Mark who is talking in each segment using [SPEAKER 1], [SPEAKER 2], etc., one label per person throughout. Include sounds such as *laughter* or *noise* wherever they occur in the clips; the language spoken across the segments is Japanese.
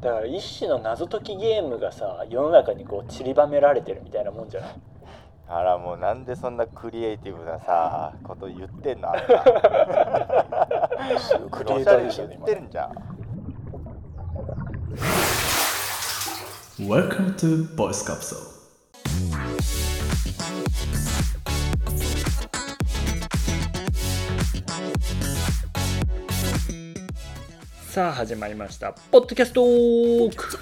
[SPEAKER 1] だから一種の謎解きゲームがさ世の中にこう散りばめられてるみたいなもんじゃない
[SPEAKER 2] あらもうなんでそんなクリエイティブなさこと言ってんのあんた
[SPEAKER 3] す *laughs* ごいクリエイターでしたね
[SPEAKER 2] 言ってんじゃん
[SPEAKER 4] Welcome to Voice Capsule.
[SPEAKER 1] さあ始まりました「ポッドキャストーク」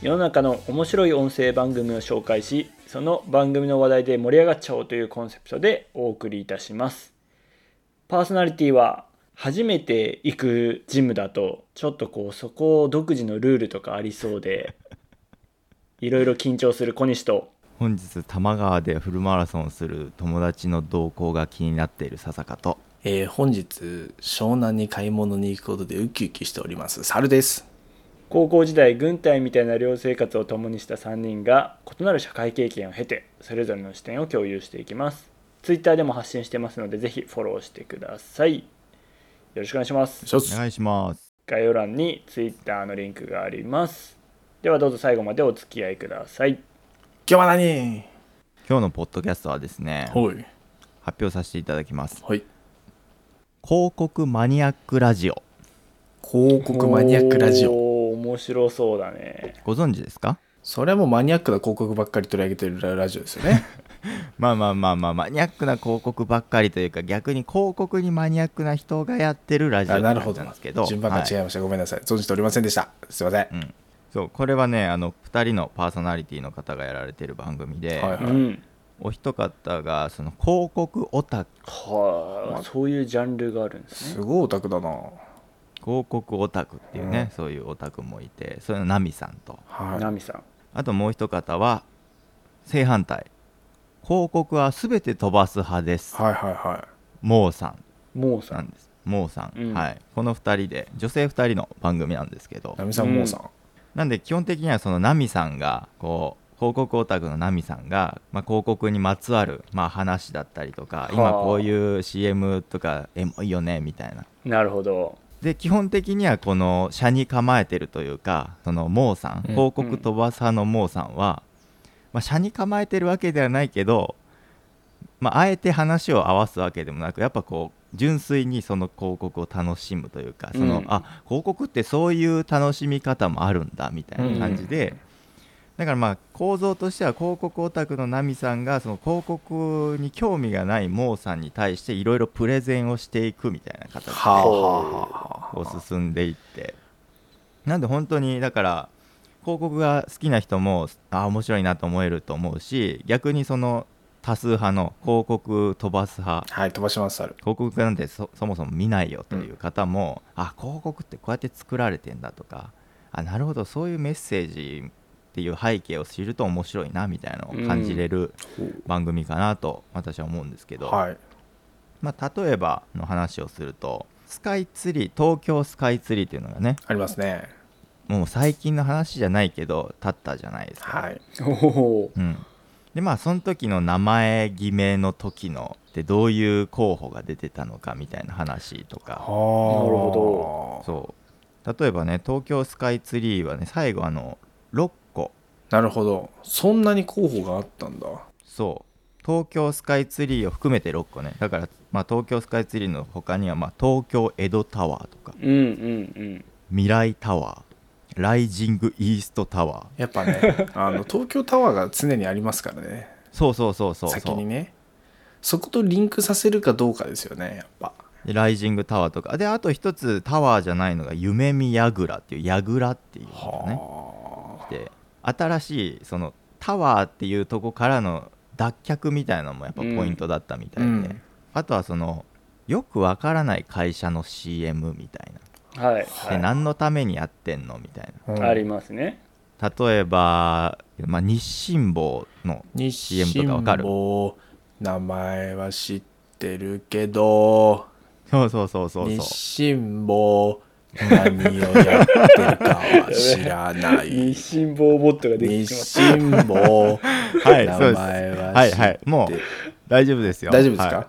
[SPEAKER 1] 世の中の面白い音声番組を紹介しその番組の話題で盛り上がっちゃおうというコンセプトでお送りいたしますパーソナリティは初めて行くジムだとちょっとこうそこ独自のルールとかありそうでいろいろ緊張する小西と
[SPEAKER 2] 本日多摩川でフルマラソンをする友達の動向が気になっている笹香と
[SPEAKER 3] えー本日湘南に買い物に行くことでウキウキしております猿です
[SPEAKER 1] 高校時代軍隊みたいな寮生活を共にした3人が異なる社会経験を経てそれぞれの視点を共有していきますツイッターでも発信してますのでぜひフォローしてくださいよろしくお願いします
[SPEAKER 3] ショ
[SPEAKER 2] お願いします
[SPEAKER 1] 概要欄にツイッターのリンクがありますではどうぞ最後までお付き合いください
[SPEAKER 3] 今日は何
[SPEAKER 2] 今日のポッドキャストはですね発
[SPEAKER 3] ほい
[SPEAKER 2] 表させていただきます
[SPEAKER 3] はい
[SPEAKER 2] 広告マニアックラジオ
[SPEAKER 3] 広告マニアックラジオ
[SPEAKER 1] おー面白そうだね
[SPEAKER 2] ご存知ですか
[SPEAKER 3] それはもうマニアックな広告ばっかり取り上げてるラジオです
[SPEAKER 2] *laughs*
[SPEAKER 3] よね
[SPEAKER 2] まあまあまあまあマニアックな広告ばっかりというか逆に広告にマニアックな人がやってるラジオ
[SPEAKER 3] あなるほど
[SPEAKER 2] なんですけど
[SPEAKER 3] 順番が
[SPEAKER 2] はい
[SPEAKER 3] 違いました、ごめんなさい存じておりませんでしたすいません、
[SPEAKER 2] うん、そうこれはねあの2人のパーソナリティの方がやられてる番組で、
[SPEAKER 3] はいは
[SPEAKER 1] う
[SPEAKER 3] い
[SPEAKER 1] ん
[SPEAKER 2] お一方がその広告オタク
[SPEAKER 1] はあそういうジャンルがあるんです
[SPEAKER 3] す
[SPEAKER 1] ね
[SPEAKER 3] ごいオタクだな
[SPEAKER 2] 広告オタクっていうね、そういうオタクもいてそれのナミさんと
[SPEAKER 3] は
[SPEAKER 1] ナミさん
[SPEAKER 2] あともう一方は正反対広告は全て飛ばす派です
[SPEAKER 3] い、はいはいは
[SPEAKER 2] モーさ
[SPEAKER 1] モー
[SPEAKER 2] ん
[SPEAKER 1] さ
[SPEAKER 2] なんんですモーさん、
[SPEAKER 1] うん
[SPEAKER 2] はいこの2人で女性2人の番組なんですけど
[SPEAKER 3] いナミさんモーさん、
[SPEAKER 2] なんで基本的にはそのナミさんがこう広告オタクのナミさんが、まあ、広告にまつわる、まあ、話だったりとか
[SPEAKER 1] あ
[SPEAKER 2] 今こういう CM とかエモいよねみたいな
[SPEAKER 1] なるほど
[SPEAKER 2] で基本的にはこの社に構えてるというかそのモーさん
[SPEAKER 3] うん
[SPEAKER 2] 広告飛ばさのモーさんは、まあ、社に構えてるわけではないけど、まあ、あえて話を合わすわけでもなくやっぱこう純粋にその広告を楽しむというかそ
[SPEAKER 1] う
[SPEAKER 2] の、
[SPEAKER 1] ん
[SPEAKER 2] あ広告ってそういう楽しみ方もあるんだみたいな感じで、だからまあ構造としては広告オタクのナミさんがその広告に興味がないモーさんに対していろいろプレゼンをしていくみたいな形で
[SPEAKER 3] はあはあはあは
[SPEAKER 2] こう進んでいってなんで本当にだから広告が好きな人もあ面白いなと思えると思うし逆にその多数派の広告飛ばす派
[SPEAKER 3] あはい飛ばします猿
[SPEAKER 2] 広告なんてそそもそも見ないよという方も、あ広告ってこうやって作られてんだとかあなるほどそういうメッセージっていう背景を知ると面白いなみたいなのを感じれる番組かなと私は思うんですけど、
[SPEAKER 3] はい
[SPEAKER 2] まあ、例えばの話をするとスカイツリー東京スカイツリーっていうのがね
[SPEAKER 3] ありますね
[SPEAKER 2] もう最近の話じゃないけど立ったじゃないですか、
[SPEAKER 3] はい
[SPEAKER 1] おお
[SPEAKER 2] うん、でまあその時の名前決めの時のでどういう候補が出てたのかみたいな話と
[SPEAKER 3] は
[SPEAKER 2] か
[SPEAKER 3] あ
[SPEAKER 1] ほ
[SPEAKER 2] そう例えばね東京スカイツリーはね最後あの6個
[SPEAKER 3] なるほどそんなに候補があったんだ
[SPEAKER 2] そう東京スカイツリーを含めて6個ねだから、まあ、東京スカイツリーの他には、まあ、東京江戸タワーとか
[SPEAKER 1] うんうんうん
[SPEAKER 2] 未来タワーライジングイーストタワー
[SPEAKER 3] やっぱね *laughs* あの東京タワーが常にありますからね
[SPEAKER 2] そうそうそうそうそう
[SPEAKER 3] 先にねそことリンクさせるかどうかですよねやっぱ
[SPEAKER 2] でライジングタワーとかであと一つタワーじゃないのが夢見やぐらっていうやぐらっていうのがね
[SPEAKER 3] は
[SPEAKER 2] で新しいそのタワーっていうとこからの脱却みたいなのもやっぱポイントだったみたいで、
[SPEAKER 3] うん
[SPEAKER 2] あとはそのよくわからない会社の CM みたいな、
[SPEAKER 1] はい、
[SPEAKER 2] で
[SPEAKER 1] は
[SPEAKER 2] 何のためにやってんのみたい
[SPEAKER 3] あ、
[SPEAKER 1] い、
[SPEAKER 3] うん
[SPEAKER 1] ありますね
[SPEAKER 2] な例えば、まあ、日清坊の
[SPEAKER 3] 日
[SPEAKER 2] CM とかわかる
[SPEAKER 3] 清名前は知ってるけど
[SPEAKER 2] そうそうそうそうそう
[SPEAKER 3] 日清坊何をやってるかは知らな
[SPEAKER 1] *laughs*
[SPEAKER 3] い
[SPEAKER 1] 日清坊ボットができ
[SPEAKER 3] 日
[SPEAKER 1] てます
[SPEAKER 3] 清坊
[SPEAKER 2] はい
[SPEAKER 3] 名
[SPEAKER 2] そうです
[SPEAKER 3] 前は
[SPEAKER 2] はい
[SPEAKER 3] 知
[SPEAKER 2] は
[SPEAKER 3] っ
[SPEAKER 2] いもう大丈夫ですよ
[SPEAKER 3] 大丈夫です
[SPEAKER 2] はい
[SPEAKER 3] か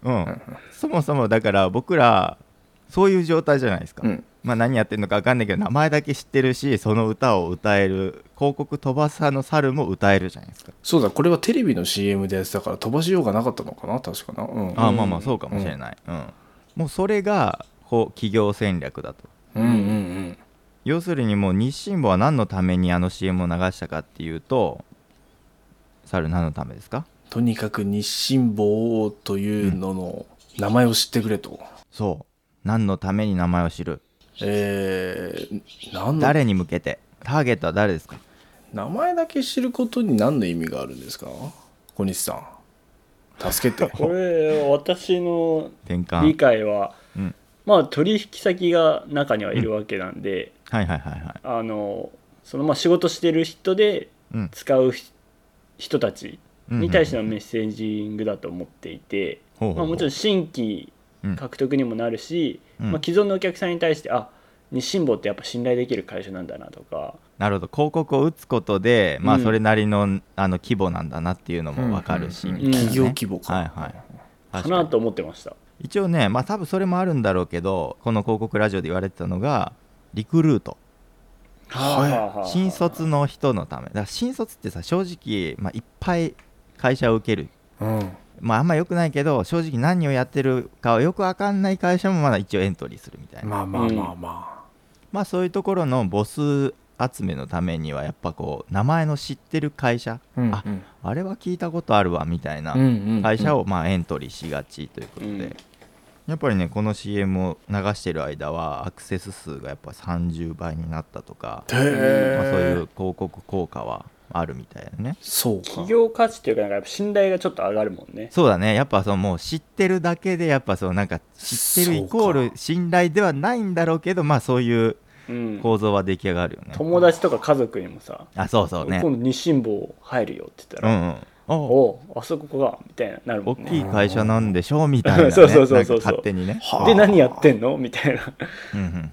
[SPEAKER 2] うん、そもそもだから僕らそういう状態じゃないですか、
[SPEAKER 3] うん
[SPEAKER 2] まあ、何やってるのか分かんないけど名前だけ知ってるしその歌を歌える広告飛ばさの猿も歌えるじゃないですか、
[SPEAKER 3] そうだこれはテレビの CM でやってたから飛ばしようがなかったのかな確かなうん
[SPEAKER 2] ああまあまあそうかもしれない、うんもうそれがこう企業戦略だと
[SPEAKER 3] うんうんうん
[SPEAKER 2] 要するにもう日清坊は何のためにあの CM を流したかっていうと猿何のためですか
[SPEAKER 3] とにかく日清坊というのの名前を知ってくれと、
[SPEAKER 2] そう何のために名前を知る
[SPEAKER 3] えー、何の
[SPEAKER 2] 誰に向けてターゲットは誰ですか
[SPEAKER 3] 名前だけ知ることに何の意味があるんですか小西さん助け
[SPEAKER 1] *laughs*
[SPEAKER 3] て
[SPEAKER 1] これ私の
[SPEAKER 2] 転
[SPEAKER 1] 理
[SPEAKER 2] 換
[SPEAKER 1] 解は、
[SPEAKER 2] うん
[SPEAKER 1] まあ取引先が中にはいるわけなんで、
[SPEAKER 2] はいはいはいはい
[SPEAKER 1] あのそのまあ仕事してる人で
[SPEAKER 2] うん
[SPEAKER 1] 使うひ人たちに対して
[SPEAKER 2] の
[SPEAKER 1] のメッセージングだと思っていて、
[SPEAKER 2] ほうほ
[SPEAKER 1] ま
[SPEAKER 2] う
[SPEAKER 1] あ、
[SPEAKER 2] ほう
[SPEAKER 1] もちろん新規獲得にもなるし、
[SPEAKER 2] うん
[SPEAKER 1] まあ、既存のお客さんに対してあ日清坊ってやっぱ信頼できる会社なんだなとか
[SPEAKER 2] なるほど広告を打つことで、まあ、
[SPEAKER 1] うん
[SPEAKER 2] それなりのあの規模なんだなっていうのも分かるし、
[SPEAKER 3] うんうん
[SPEAKER 1] うん
[SPEAKER 2] みたいなね
[SPEAKER 1] 企
[SPEAKER 3] 業規模か
[SPEAKER 2] はいはい
[SPEAKER 1] か
[SPEAKER 2] 確か
[SPEAKER 1] な
[SPEAKER 2] に
[SPEAKER 1] と思ってました
[SPEAKER 2] 一応ねまあ多分それもあるんだろうけどこの広告ラジオで言われてたのがリクルート
[SPEAKER 3] はい
[SPEAKER 1] ああ
[SPEAKER 2] 新卒の人のためだから新卒ってさ正直、まあ、いっぱい会社を受ける
[SPEAKER 3] うん
[SPEAKER 2] まああんま良くないけど正直何をやってるかはよく分かんない会社もまだ一応エントリーするみたいな、まあ、
[SPEAKER 3] まあまあまあま
[SPEAKER 2] そういうところのボス集めのためにはやっぱこう名前の知ってる会社、
[SPEAKER 3] あ、うん
[SPEAKER 2] あ
[SPEAKER 3] うん
[SPEAKER 2] あれは聞いたことあるわみたいな
[SPEAKER 3] うんうんうん
[SPEAKER 2] 会社をまあエントリーしがちということで、
[SPEAKER 1] うん
[SPEAKER 2] やっぱりねこの CM を流してる間はアクセス数がやっぱ30倍になったとか、
[SPEAKER 3] へえ、
[SPEAKER 2] まあ、そういう広告効果はあるみたいなね
[SPEAKER 3] そうか
[SPEAKER 1] 企業価値っていうかなんかやっぱ信頼がちょっと上がるもんね
[SPEAKER 2] そうだねやっぱそのもう知ってるだけでやっぱそのなんか知ってるイコ
[SPEAKER 3] そう
[SPEAKER 2] ー
[SPEAKER 3] か
[SPEAKER 2] ル信頼ではないんだろうけどまあそういう
[SPEAKER 1] うん
[SPEAKER 2] 構造は出来上がるよね、
[SPEAKER 1] 友達とか家族にもさ、
[SPEAKER 2] あそうそうね
[SPEAKER 1] 今度日清坊入るよって言った
[SPEAKER 2] う
[SPEAKER 1] ら、
[SPEAKER 2] んうんお
[SPEAKER 1] おうあそこがみたいななるも
[SPEAKER 2] 大
[SPEAKER 1] ん
[SPEAKER 2] きい
[SPEAKER 1] ね
[SPEAKER 2] 会社なんでしょうみたいな、ね、
[SPEAKER 1] *laughs* そうそうそうそうそう
[SPEAKER 2] なんか勝手にね、
[SPEAKER 3] はあ
[SPEAKER 1] で何やってんのみたいな
[SPEAKER 2] うんうんうん、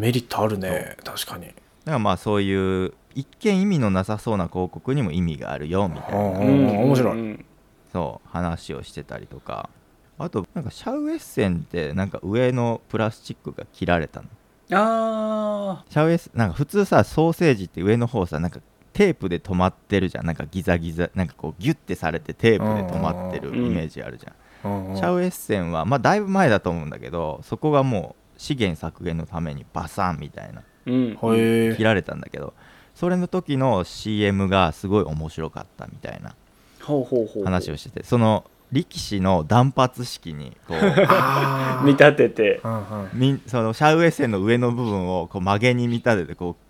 [SPEAKER 3] メリットあるね確かに
[SPEAKER 2] だからまあそういう一見意味のなさそうな広告にも意味があるよみたいな
[SPEAKER 3] うん面白い
[SPEAKER 1] うん
[SPEAKER 2] そう話をしてたりとかあとなんかシャウエッセンってなんか上のプラスチックが切られたの
[SPEAKER 1] あ
[SPEAKER 2] シャウエッセンなんか普通さソーセージって上の方さなんかテープで止まってるじゃんなんかギザギザなんかこうギュッてされてテープで止まってる
[SPEAKER 1] うん
[SPEAKER 2] イメージあるじゃん、
[SPEAKER 3] うんうん
[SPEAKER 2] シャウエッセンはまあだいぶ前だと思うんだけどそこがもう資源削減のためにバサンみたいな
[SPEAKER 1] ーうん
[SPEAKER 3] へえ
[SPEAKER 2] 切られたんだけどそれの時の CM がすごい面白かったみたいな
[SPEAKER 1] ほうほうほう
[SPEAKER 2] 話をしててその力士の断髪式にこう
[SPEAKER 3] あー
[SPEAKER 1] 見立てて
[SPEAKER 3] うんうん
[SPEAKER 2] みんそのシャウエッセンの上の部分をこう曲げに見立ててこう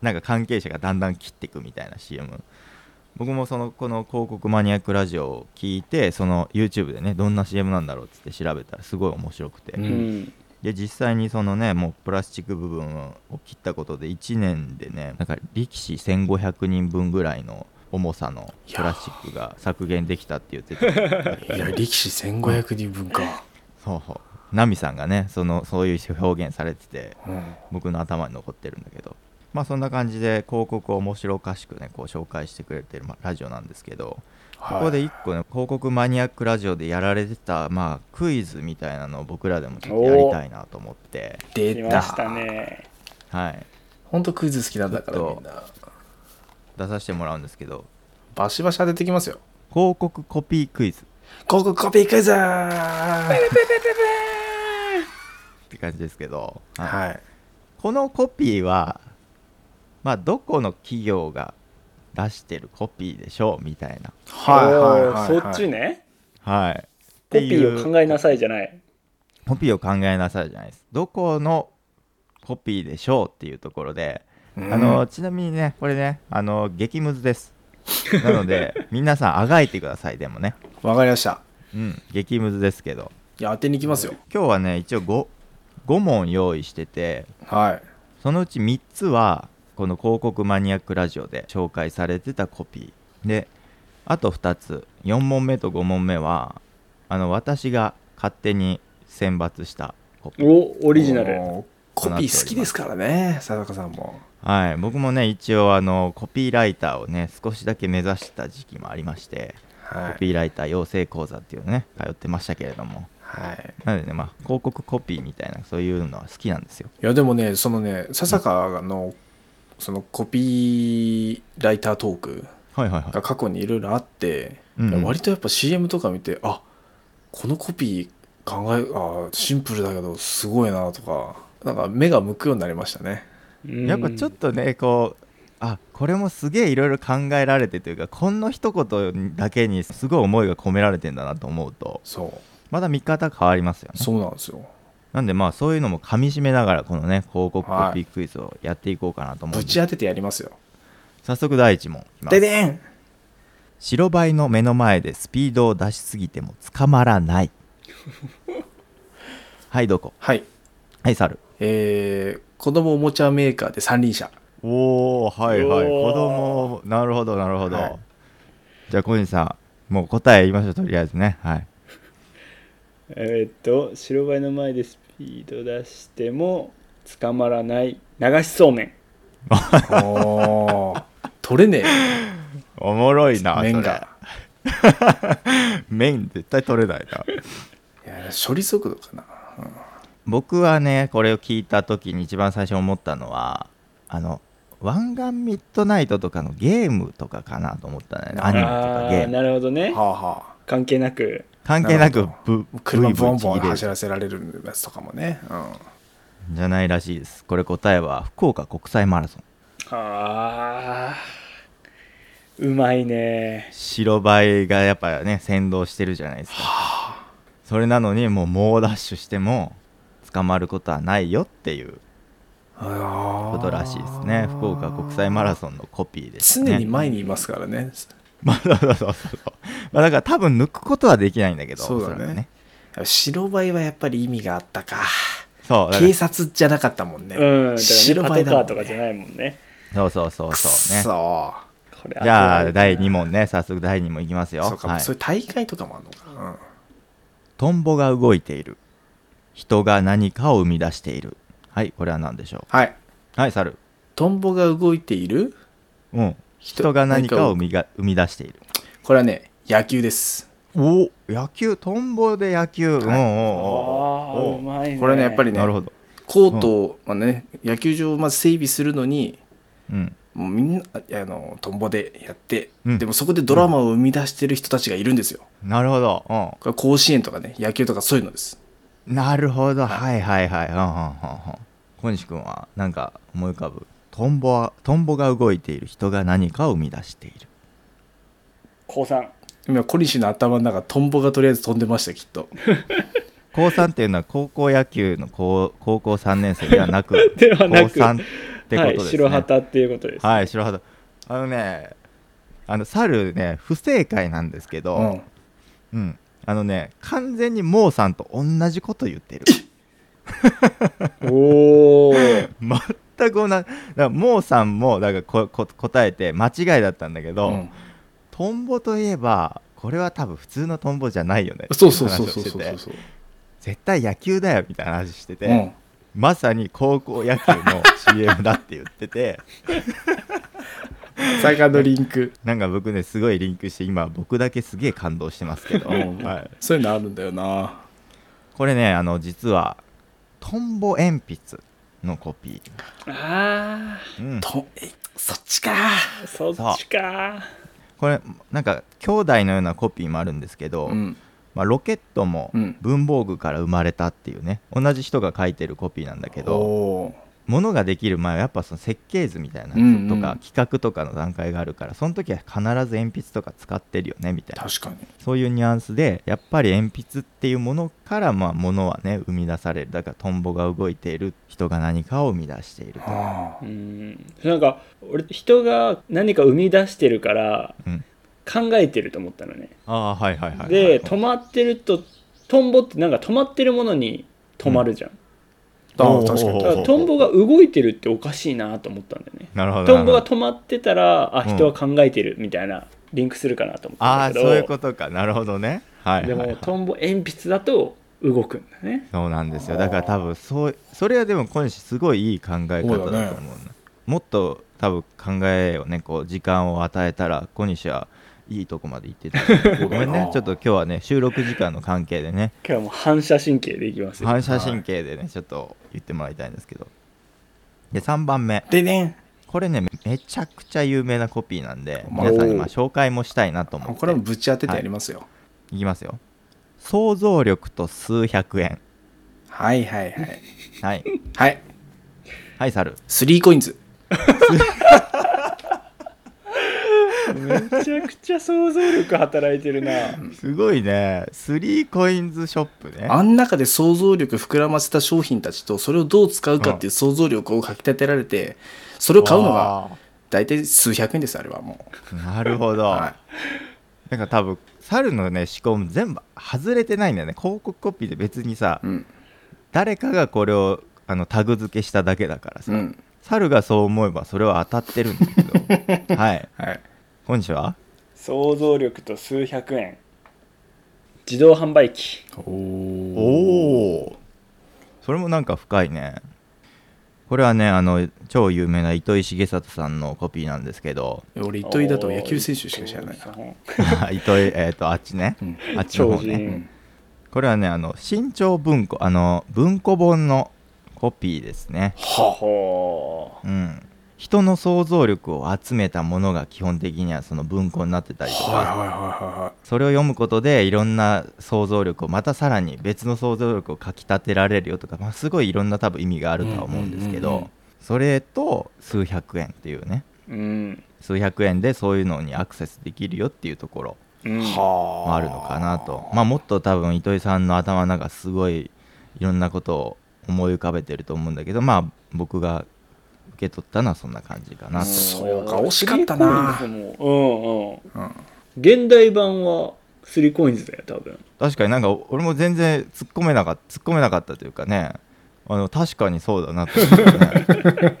[SPEAKER 2] なんか関係者がだんだん切っていくみたいな CM 僕もそのこの広告マニアックラジオを聞いてその YouTube でねどんな CM なんだろうっつって調べたらすごい面白くて、
[SPEAKER 3] う
[SPEAKER 1] うんん
[SPEAKER 2] で実際にそのねもうプラスチック部分を切ったことで1年でねなんか力士1500人分ぐらいの重さのプラスチックが削減できたって言ってて *laughs*
[SPEAKER 3] いや力士1500人分か、
[SPEAKER 2] そうそうナミさんがねそのそういう表現されてて
[SPEAKER 3] うん、
[SPEAKER 2] 僕の頭に残ってるんだけどまあそんな感じで広告を面白おかしくねこう紹介してくれてる、まあラジオなんですけどここで1個ね広告マニアックラジオでやられてた、まあ、クイズみたいなのを僕らでもちょっとやりたいなと思って
[SPEAKER 3] 出
[SPEAKER 1] 来ましたね
[SPEAKER 2] はい
[SPEAKER 3] ほんとクイズ好きなんだから
[SPEAKER 2] ちょっと
[SPEAKER 3] みんな
[SPEAKER 2] 出させてもらうんですけど
[SPEAKER 3] バシバシ当ててきますよ
[SPEAKER 2] 広告コピークイズっ
[SPEAKER 3] 広告コピークイズ
[SPEAKER 2] て感じですけど、はい
[SPEAKER 3] はい
[SPEAKER 2] このコピーは、まあ、どこの企業が出してるコピーでしょうみたいな、
[SPEAKER 1] おーそっちね
[SPEAKER 2] はい、
[SPEAKER 1] コピーを考えなさいじゃない
[SPEAKER 2] コピーを考えなさいじゃないですどこのコピーでしょうっていうところで、あのちなみにねこれねあの激ムズですな
[SPEAKER 1] *laughs*
[SPEAKER 2] ので皆さんあがいてくださいでもね
[SPEAKER 3] わかりました
[SPEAKER 2] うん激ムズですけど
[SPEAKER 3] いや当てに行きますよ
[SPEAKER 2] 今日はね一応 5, 5問用意してて
[SPEAKER 3] はい
[SPEAKER 2] そのうち3つはこの広告マニアックラジオで紹介されてたコピーであと2つ4問目と5問目はあの私が勝手に選抜したコピー
[SPEAKER 1] おオリジナル
[SPEAKER 3] もうコピー好きですからね佐々さんも
[SPEAKER 2] はい僕もね一応あのコピーライターをね少しだけ目指してた時期もありまして
[SPEAKER 3] は
[SPEAKER 2] コ
[SPEAKER 3] い
[SPEAKER 2] ピーライター養成講座っていうのね通ってましたけれども
[SPEAKER 3] はい
[SPEAKER 2] なのでね、まあ、広告コピーみたいなそういうのは好きなんですよ
[SPEAKER 3] いやでもねそのね笹川のそのコピーライタートーク
[SPEAKER 2] はいはいは
[SPEAKER 3] が過去にいろいろあって、
[SPEAKER 2] うんうん
[SPEAKER 3] 割とやっぱ CM とか見てあこのコピー考えあシンプルだけどすごいなとかなんか目が向くようになりましたね
[SPEAKER 2] いやっぱちょっとねこうあこれもすげえいろいろ考えられてというかこの一言だけにすごい思いが込められてんだなと思うと
[SPEAKER 3] そう
[SPEAKER 2] また見方変わりますよね
[SPEAKER 3] そうなんですよ
[SPEAKER 2] なんでまあそういうのも噛み締めながらこのね広告コピークイズをやっていこうかなと思うん
[SPEAKER 3] ぶ
[SPEAKER 2] で
[SPEAKER 3] ち当ててやりますよ
[SPEAKER 2] 早速第一問いきます
[SPEAKER 3] ででん
[SPEAKER 2] 白バイの目の前でスピードを出しすぎても捕まら *laughs* ないはいどこ
[SPEAKER 3] はい
[SPEAKER 2] はい猿
[SPEAKER 3] えー、子供おもちゃメーカーで三輪
[SPEAKER 2] *laughs*
[SPEAKER 3] 車
[SPEAKER 2] おおはいは
[SPEAKER 1] おー
[SPEAKER 2] い子供なるほどなるほど、
[SPEAKER 3] はい
[SPEAKER 2] じゃあ小西さんもう答え言いましょうとりあえずねはい
[SPEAKER 1] えーっと白バイの前でスピード出しても捕まらない流しそうめん
[SPEAKER 3] おー取れね
[SPEAKER 2] おもろいな
[SPEAKER 3] え麺が
[SPEAKER 2] それ麺絶対取れないない
[SPEAKER 3] や処理速度かな
[SPEAKER 2] *laughs* 僕はねこれを聞いた時に一番最初思ったのはあの湾岸ミッドナイトとかのゲームとかかなと思ったんだよねアニメと
[SPEAKER 1] あ
[SPEAKER 2] か
[SPEAKER 1] あ
[SPEAKER 2] ゲー
[SPEAKER 1] ー
[SPEAKER 2] ム
[SPEAKER 1] なるほどね
[SPEAKER 3] はあは
[SPEAKER 1] 関係なく
[SPEAKER 2] 関係な
[SPEAKER 3] な
[SPEAKER 2] く
[SPEAKER 3] るほ
[SPEAKER 2] ブ
[SPEAKER 3] あ車ボ
[SPEAKER 2] ブイブ
[SPEAKER 3] ンボン
[SPEAKER 2] イちぎれる
[SPEAKER 3] 走らせられるやつとかもね、うん、
[SPEAKER 2] じゃないらしいですこれ答えは福岡国際マラソン
[SPEAKER 1] あーうまいね
[SPEAKER 2] 白バイがやっぱね先導してるじゃないですかそれなのにもう猛ダッシュしても捕まることはないよっていうこ
[SPEAKER 3] こと
[SPEAKER 2] らしいですね福岡国際マラソンのコピーですね
[SPEAKER 3] 常に前にいますからね
[SPEAKER 2] *laughs* まあそうそうそうそうまあだから多分抜くことはできないんだけど
[SPEAKER 3] そうだね
[SPEAKER 2] おそらく
[SPEAKER 3] 白バイはやっぱり意味があったか
[SPEAKER 2] そうだから
[SPEAKER 3] 警察じゃなかったもんね、
[SPEAKER 1] うんだからね
[SPEAKER 3] 白
[SPEAKER 1] パ
[SPEAKER 3] バイ
[SPEAKER 1] ト
[SPEAKER 3] だ
[SPEAKER 1] カー
[SPEAKER 3] もん
[SPEAKER 1] とかじゃ
[SPEAKER 3] ね
[SPEAKER 1] ないもんね
[SPEAKER 2] そうそうそう
[SPEAKER 3] く
[SPEAKER 2] そうね
[SPEAKER 3] そ
[SPEAKER 1] これ
[SPEAKER 2] じゃあ
[SPEAKER 1] 当てられ
[SPEAKER 2] 第
[SPEAKER 1] るな
[SPEAKER 2] 2問ね早速第2問いきますよ
[SPEAKER 3] そうか、
[SPEAKER 2] はい
[SPEAKER 3] そういう大会とかもあるのか、
[SPEAKER 2] トンボが動いている人が何かを生み出しているはいこれは何でしょ
[SPEAKER 3] うん、はいう
[SPEAKER 2] はい猿
[SPEAKER 3] トンボが動いている
[SPEAKER 2] うん
[SPEAKER 3] 人
[SPEAKER 2] 人が何かを生みが生み出している
[SPEAKER 3] これはね野球です
[SPEAKER 2] お野球トンボで野球、うん
[SPEAKER 1] あ
[SPEAKER 2] お
[SPEAKER 1] ーうまいね
[SPEAKER 3] これねやっぱり
[SPEAKER 2] お
[SPEAKER 3] ね
[SPEAKER 2] なるほど、
[SPEAKER 3] コートを、まあね、野球場をまず整備するのに
[SPEAKER 2] うん、
[SPEAKER 3] もうみんなああのトンボでやって、
[SPEAKER 2] うん
[SPEAKER 3] でもそこでドラマを生み出してる人たちがいるんですよ
[SPEAKER 2] なるほど、
[SPEAKER 3] これ甲子園とかね野球とかそういうのです
[SPEAKER 2] うん、なるほどはいはいはいうんうんうんうん小西君はなんか思い浮かぶトンボはトンボが動いている人が何かを生み出している
[SPEAKER 1] 高三
[SPEAKER 3] 今小西の頭の中トンボがとりあえず飛んでましたきっと
[SPEAKER 2] 高3っていうのは高校野球の高高校3年 *laughs* 生ではなく
[SPEAKER 1] ではなく
[SPEAKER 2] 高3ってことですね、
[SPEAKER 1] はい白旗っていうことです、
[SPEAKER 2] はい白旗あのねあの猿ね不正解なんですけど、
[SPEAKER 3] うん
[SPEAKER 2] うん、あのね完全にモーさんと同じこと言ってる
[SPEAKER 1] おお
[SPEAKER 2] *laughs* 全く同じだからモーさんもだからここ答えて間違いだったんだけど、
[SPEAKER 3] うん
[SPEAKER 2] トンボといえばこれは多分普通のトンボじゃないよね
[SPEAKER 3] そうそうそ
[SPEAKER 2] っ
[SPEAKER 3] う
[SPEAKER 2] て
[SPEAKER 3] そう
[SPEAKER 2] いう話をして
[SPEAKER 3] そう
[SPEAKER 2] て
[SPEAKER 3] そうそう
[SPEAKER 2] 絶対野球だよみたいな話してて、
[SPEAKER 3] うん
[SPEAKER 2] まさに高校野球の CM だって言ってて *laughs*
[SPEAKER 3] 最下のリンク
[SPEAKER 2] なんか僕ねすごいリンクして今僕だけすげえ感動してますけど、
[SPEAKER 3] うん
[SPEAKER 2] はい、
[SPEAKER 3] そういうのあるんだよな
[SPEAKER 2] これねあの実はトンボ鉛筆のコピ
[SPEAKER 1] あ
[SPEAKER 2] ー、うん、
[SPEAKER 3] とえそっちか
[SPEAKER 1] ーそっちか
[SPEAKER 2] これなんか兄弟のようなコピーもあるんですけど、
[SPEAKER 3] うん
[SPEAKER 2] まあ、ロケットも
[SPEAKER 3] うん
[SPEAKER 2] 文房具から生まれたっていうね同じ人が書いてるコピーなんだけど
[SPEAKER 3] おー
[SPEAKER 2] ものができる前はやっぱその設計図みたいな
[SPEAKER 3] うんうん
[SPEAKER 2] やつとか企画とかの段階があるからその時は必ず鉛筆とか使ってるよねみたいな
[SPEAKER 3] 確かに
[SPEAKER 2] そういうニュアンスでやっぱり鉛筆っていうものからまあものはね生み出されるだからトンボが動いている人が何かを生み出していると
[SPEAKER 3] あ
[SPEAKER 1] ーうんなんか俺人が何か生み出してるから
[SPEAKER 2] うん
[SPEAKER 1] 考えてると思ったのね
[SPEAKER 2] ああーはいはいはいはい
[SPEAKER 1] で止まってるとトンボってなんか止まってるものに止まるじゃん、
[SPEAKER 3] ーあ
[SPEAKER 2] おー
[SPEAKER 3] ー確か
[SPEAKER 2] お
[SPEAKER 1] だ
[SPEAKER 2] ー
[SPEAKER 3] に
[SPEAKER 1] からトンボが動いてるっておかしいなと思ったんだよね
[SPEAKER 2] なるほどなるほど
[SPEAKER 1] トンボが止まってたらあ
[SPEAKER 2] うん
[SPEAKER 1] 人は考えてるみたいなリンクするかなと思った
[SPEAKER 2] あ
[SPEAKER 1] ん
[SPEAKER 2] あ
[SPEAKER 1] だ
[SPEAKER 2] そ
[SPEAKER 1] けど、
[SPEAKER 2] ういうことかなるほどねはいはい、
[SPEAKER 1] で
[SPEAKER 2] はい
[SPEAKER 1] もトンボ鉛筆だと動くんだね
[SPEAKER 2] そうなんですよだから多分そうそれはでも小西すごいいい考え方だと思
[SPEAKER 3] そうう
[SPEAKER 2] な
[SPEAKER 3] だね
[SPEAKER 2] もっと多分考えをねこう時間を与えたら小西はいいとこまで行ってたごめんねちょっと今日はね収録時間の関係でね
[SPEAKER 1] 今日はもう反射神経でいきますよ
[SPEAKER 2] 反射神経でねちょっと言ってもらいたいんですけどで3番目
[SPEAKER 3] でね
[SPEAKER 2] これねめちゃくちゃ有名なコピーなんで皆さんにまあ紹介もしたいなと思って
[SPEAKER 3] これもぶち当ててやりますよ、
[SPEAKER 2] いきますよ想像力と数百円
[SPEAKER 3] はい、はいはいは
[SPEAKER 2] は
[SPEAKER 3] い
[SPEAKER 2] い
[SPEAKER 3] はい
[SPEAKER 2] はい猿
[SPEAKER 3] スリーコインズ
[SPEAKER 1] めちゃくちゃ想像力働いてるな
[SPEAKER 2] すごいねスリーコインズショップね
[SPEAKER 3] あん中で想像力膨らませた商品たちとそれをどう使うかっていう想像力をかき立てられてそれを買うのが大体数百円ですあれはも
[SPEAKER 2] なるほど、
[SPEAKER 3] う、は
[SPEAKER 2] なんか多分猿のね思考も全部外れてないんだよね広告コピーで別にさ、
[SPEAKER 3] いうん
[SPEAKER 2] 誰かがこれをあのタグ付けしただけだからさ、
[SPEAKER 3] うん
[SPEAKER 2] 猿がそう思えばそれは当たってるんだけ
[SPEAKER 3] *laughs*
[SPEAKER 2] どはい
[SPEAKER 3] はい、
[SPEAKER 2] 本日は
[SPEAKER 1] 想像力と数百円自動販売機
[SPEAKER 3] おお
[SPEAKER 2] おおそれもなんか深いねこれはねあの超有名な糸井重里さんのコピーなんですけど
[SPEAKER 3] *laughs* 俺糸井だと野球選手しか知らないな
[SPEAKER 2] 糸井えっ、とあっちね、
[SPEAKER 3] うん
[SPEAKER 2] あっちの
[SPEAKER 1] 超
[SPEAKER 2] 方ね
[SPEAKER 1] 人
[SPEAKER 2] これはねあの新潮文庫あの文庫本のコピーですね
[SPEAKER 1] は
[SPEAKER 2] うん人の想像力を集めたものが基本的にはその文庫になってたりとか、
[SPEAKER 3] はいはいはいはいはい
[SPEAKER 2] それを読むことでいろんな想像力をまたさらに別の想像力をかきたてられるよとか、まあ、すごいいろんな多分意味があるとは思うんですけど、
[SPEAKER 3] うんうんうんうん
[SPEAKER 2] それと数百円っていうね
[SPEAKER 1] あうん
[SPEAKER 2] 数百円でそういうのにアクセスできるよっていうところ
[SPEAKER 1] うん
[SPEAKER 3] は
[SPEAKER 2] もあるのかなとまあ、もっと多分糸井さんの頭の中すごいいろんなことを思い浮かべてると思うんだけどまあ僕が受け取ったのはそんな感じかなと、
[SPEAKER 3] そうか惜しかったな
[SPEAKER 1] スリーコインズも
[SPEAKER 3] うん
[SPEAKER 1] うんうん現代版はスリーコインズだよ多分
[SPEAKER 2] 確かになんか俺も全然突っ込めなかった突っ込めなかったというかねあの確かにそうだなと思って、ね、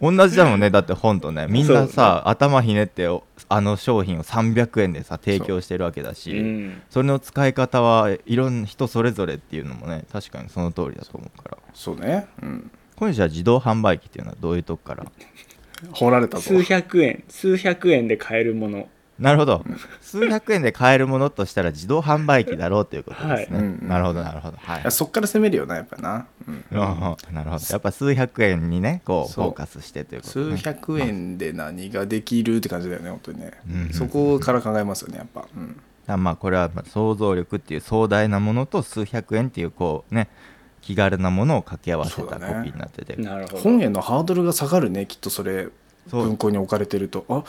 [SPEAKER 2] *laughs* 同じだもんねだって本とねみんなさ、頭ひねっておあの商品を300円でさ提供してるわけだし
[SPEAKER 1] う、ん
[SPEAKER 2] それの使い方はいろんな人それぞれっていうのもね確かにその通りだと思うから
[SPEAKER 3] そうね、うん、
[SPEAKER 2] 今週は自動販売機っていうのはどういうとこから
[SPEAKER 3] 掘られたぞ
[SPEAKER 1] 数百円数百円で買えるもの
[SPEAKER 2] なるほど数百円で買えるものとしたら自動販売機だろうということですね、
[SPEAKER 3] はいうん
[SPEAKER 2] なるほどなるほどはい
[SPEAKER 3] いやそっから攻めるよなやっぱな、うん
[SPEAKER 2] うんなるほどやっぱ数百円にねこうフ
[SPEAKER 3] そう
[SPEAKER 2] ォーカスしてということね
[SPEAKER 3] 数百円で何ができるって感じだよね本当にね、
[SPEAKER 2] うん
[SPEAKER 3] そこから考えますよねやっぱ、うん
[SPEAKER 2] だまあこれはまあ想像力っていう壮大なものと数百円っていうこうね気軽なものを掛け合わせた
[SPEAKER 3] そ
[SPEAKER 2] コ
[SPEAKER 3] う
[SPEAKER 2] ピ
[SPEAKER 3] だね
[SPEAKER 2] ーになってて
[SPEAKER 1] なるほど
[SPEAKER 3] 本へのハードルが下がるねきっとそれ
[SPEAKER 2] そう,、
[SPEAKER 3] 文庫に置かれてるとあ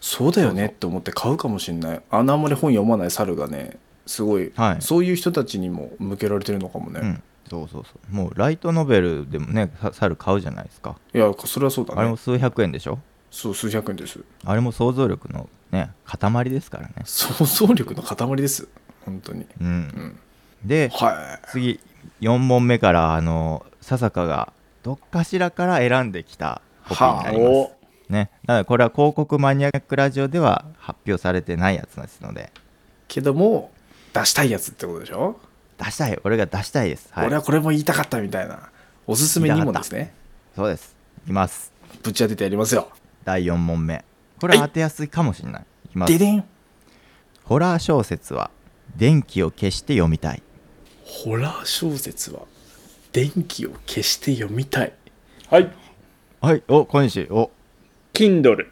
[SPEAKER 3] そうだよねって思って買うかもしれないあのあんまり本読まない猿がねすごい、
[SPEAKER 2] はい
[SPEAKER 3] そういう人たちにも向けられてるのかもね、
[SPEAKER 2] うん、そうそうそうもうライトノベルでもねさ猿買うじゃないですか、
[SPEAKER 3] いやそれはそうだ
[SPEAKER 2] あれ
[SPEAKER 3] ね
[SPEAKER 2] も数百円でしょ
[SPEAKER 3] そう数百円です
[SPEAKER 2] あれも想像力のね塊ですからね
[SPEAKER 3] 想像力の塊です本当に
[SPEAKER 2] うん、
[SPEAKER 3] ん
[SPEAKER 2] で
[SPEAKER 3] はい
[SPEAKER 2] 次4問目からあの笹香がどっかしらから選んできたコピーになります、
[SPEAKER 1] お
[SPEAKER 2] ね、なのでこれは広告マニアックラジオでは発表されてないやつですので
[SPEAKER 3] けども出したいやつってことでしょ、
[SPEAKER 2] 出したい俺が出したいです、はい、
[SPEAKER 3] 俺はこれも言いたかったみたいなおすすめにもですね
[SPEAKER 2] そうですいきます
[SPEAKER 3] ぶち当ててやりますよ
[SPEAKER 2] 第4問目これは当てやすいかもしれないいきま
[SPEAKER 3] ですでん
[SPEAKER 2] ホラー小説は電気を消して読みたい
[SPEAKER 3] ホラー小説は電気を消して読みたい
[SPEAKER 1] はい
[SPEAKER 2] はいお今週お
[SPEAKER 1] Kindle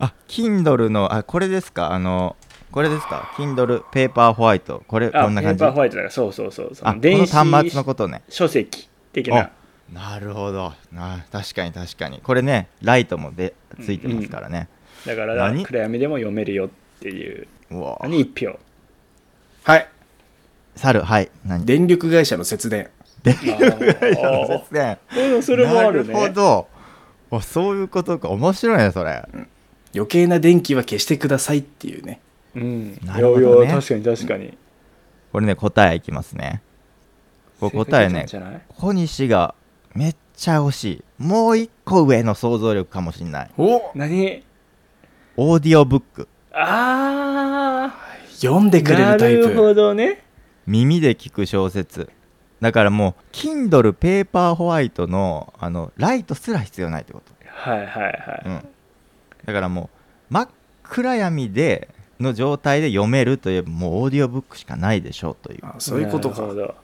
[SPEAKER 2] あ Kindle のあこれですかあのこれですか Kindle ペーパーホワイトこれ
[SPEAKER 1] あ
[SPEAKER 2] こんな
[SPEAKER 1] ペー
[SPEAKER 2] 感じ
[SPEAKER 1] パーホワイトだからそうそうそうそ
[SPEAKER 2] あこの端末のことね
[SPEAKER 1] 書籍的
[SPEAKER 2] あ
[SPEAKER 1] な
[SPEAKER 2] なるほどな確かに確かにこれねライトもでついてますからね、
[SPEAKER 1] だから
[SPEAKER 2] 何
[SPEAKER 1] 暗闇でも読めるよっていう
[SPEAKER 2] うわ
[SPEAKER 1] 何一票
[SPEAKER 3] はい
[SPEAKER 2] 猿はい何
[SPEAKER 3] 電力会社の節電
[SPEAKER 2] *laughs*
[SPEAKER 1] あ
[SPEAKER 2] 節電
[SPEAKER 1] ーうんそれもあるね
[SPEAKER 2] なるほどあそういうことか面白いねそれ、
[SPEAKER 3] 余計な電気は消してくださいっていうね
[SPEAKER 1] うん
[SPEAKER 2] なるほどね
[SPEAKER 1] いやいや確かに確かに
[SPEAKER 2] これね答えいきますねこれ答え
[SPEAKER 1] 正解
[SPEAKER 2] ね
[SPEAKER 1] 出たんじゃない
[SPEAKER 2] 小西がめっちゃ惜しいもう一個上の想像力かもしんない
[SPEAKER 3] お
[SPEAKER 1] 何
[SPEAKER 2] オーディオブック
[SPEAKER 1] あ
[SPEAKER 3] 読んで
[SPEAKER 1] あ
[SPEAKER 3] くれ
[SPEAKER 1] な
[SPEAKER 3] るタイ
[SPEAKER 1] る
[SPEAKER 3] プ
[SPEAKER 1] ほどね
[SPEAKER 2] 耳で聞く小説だからもう Kindle ペーパーホワイトのあのライトすら必要ないってこと
[SPEAKER 1] はいはいは
[SPEAKER 2] うん、だからもう真っ暗闇での状態で読めるといえばもうオーディオブックしかないでしょうという
[SPEAKER 3] あそういうこと
[SPEAKER 1] なる
[SPEAKER 3] か
[SPEAKER 1] ほど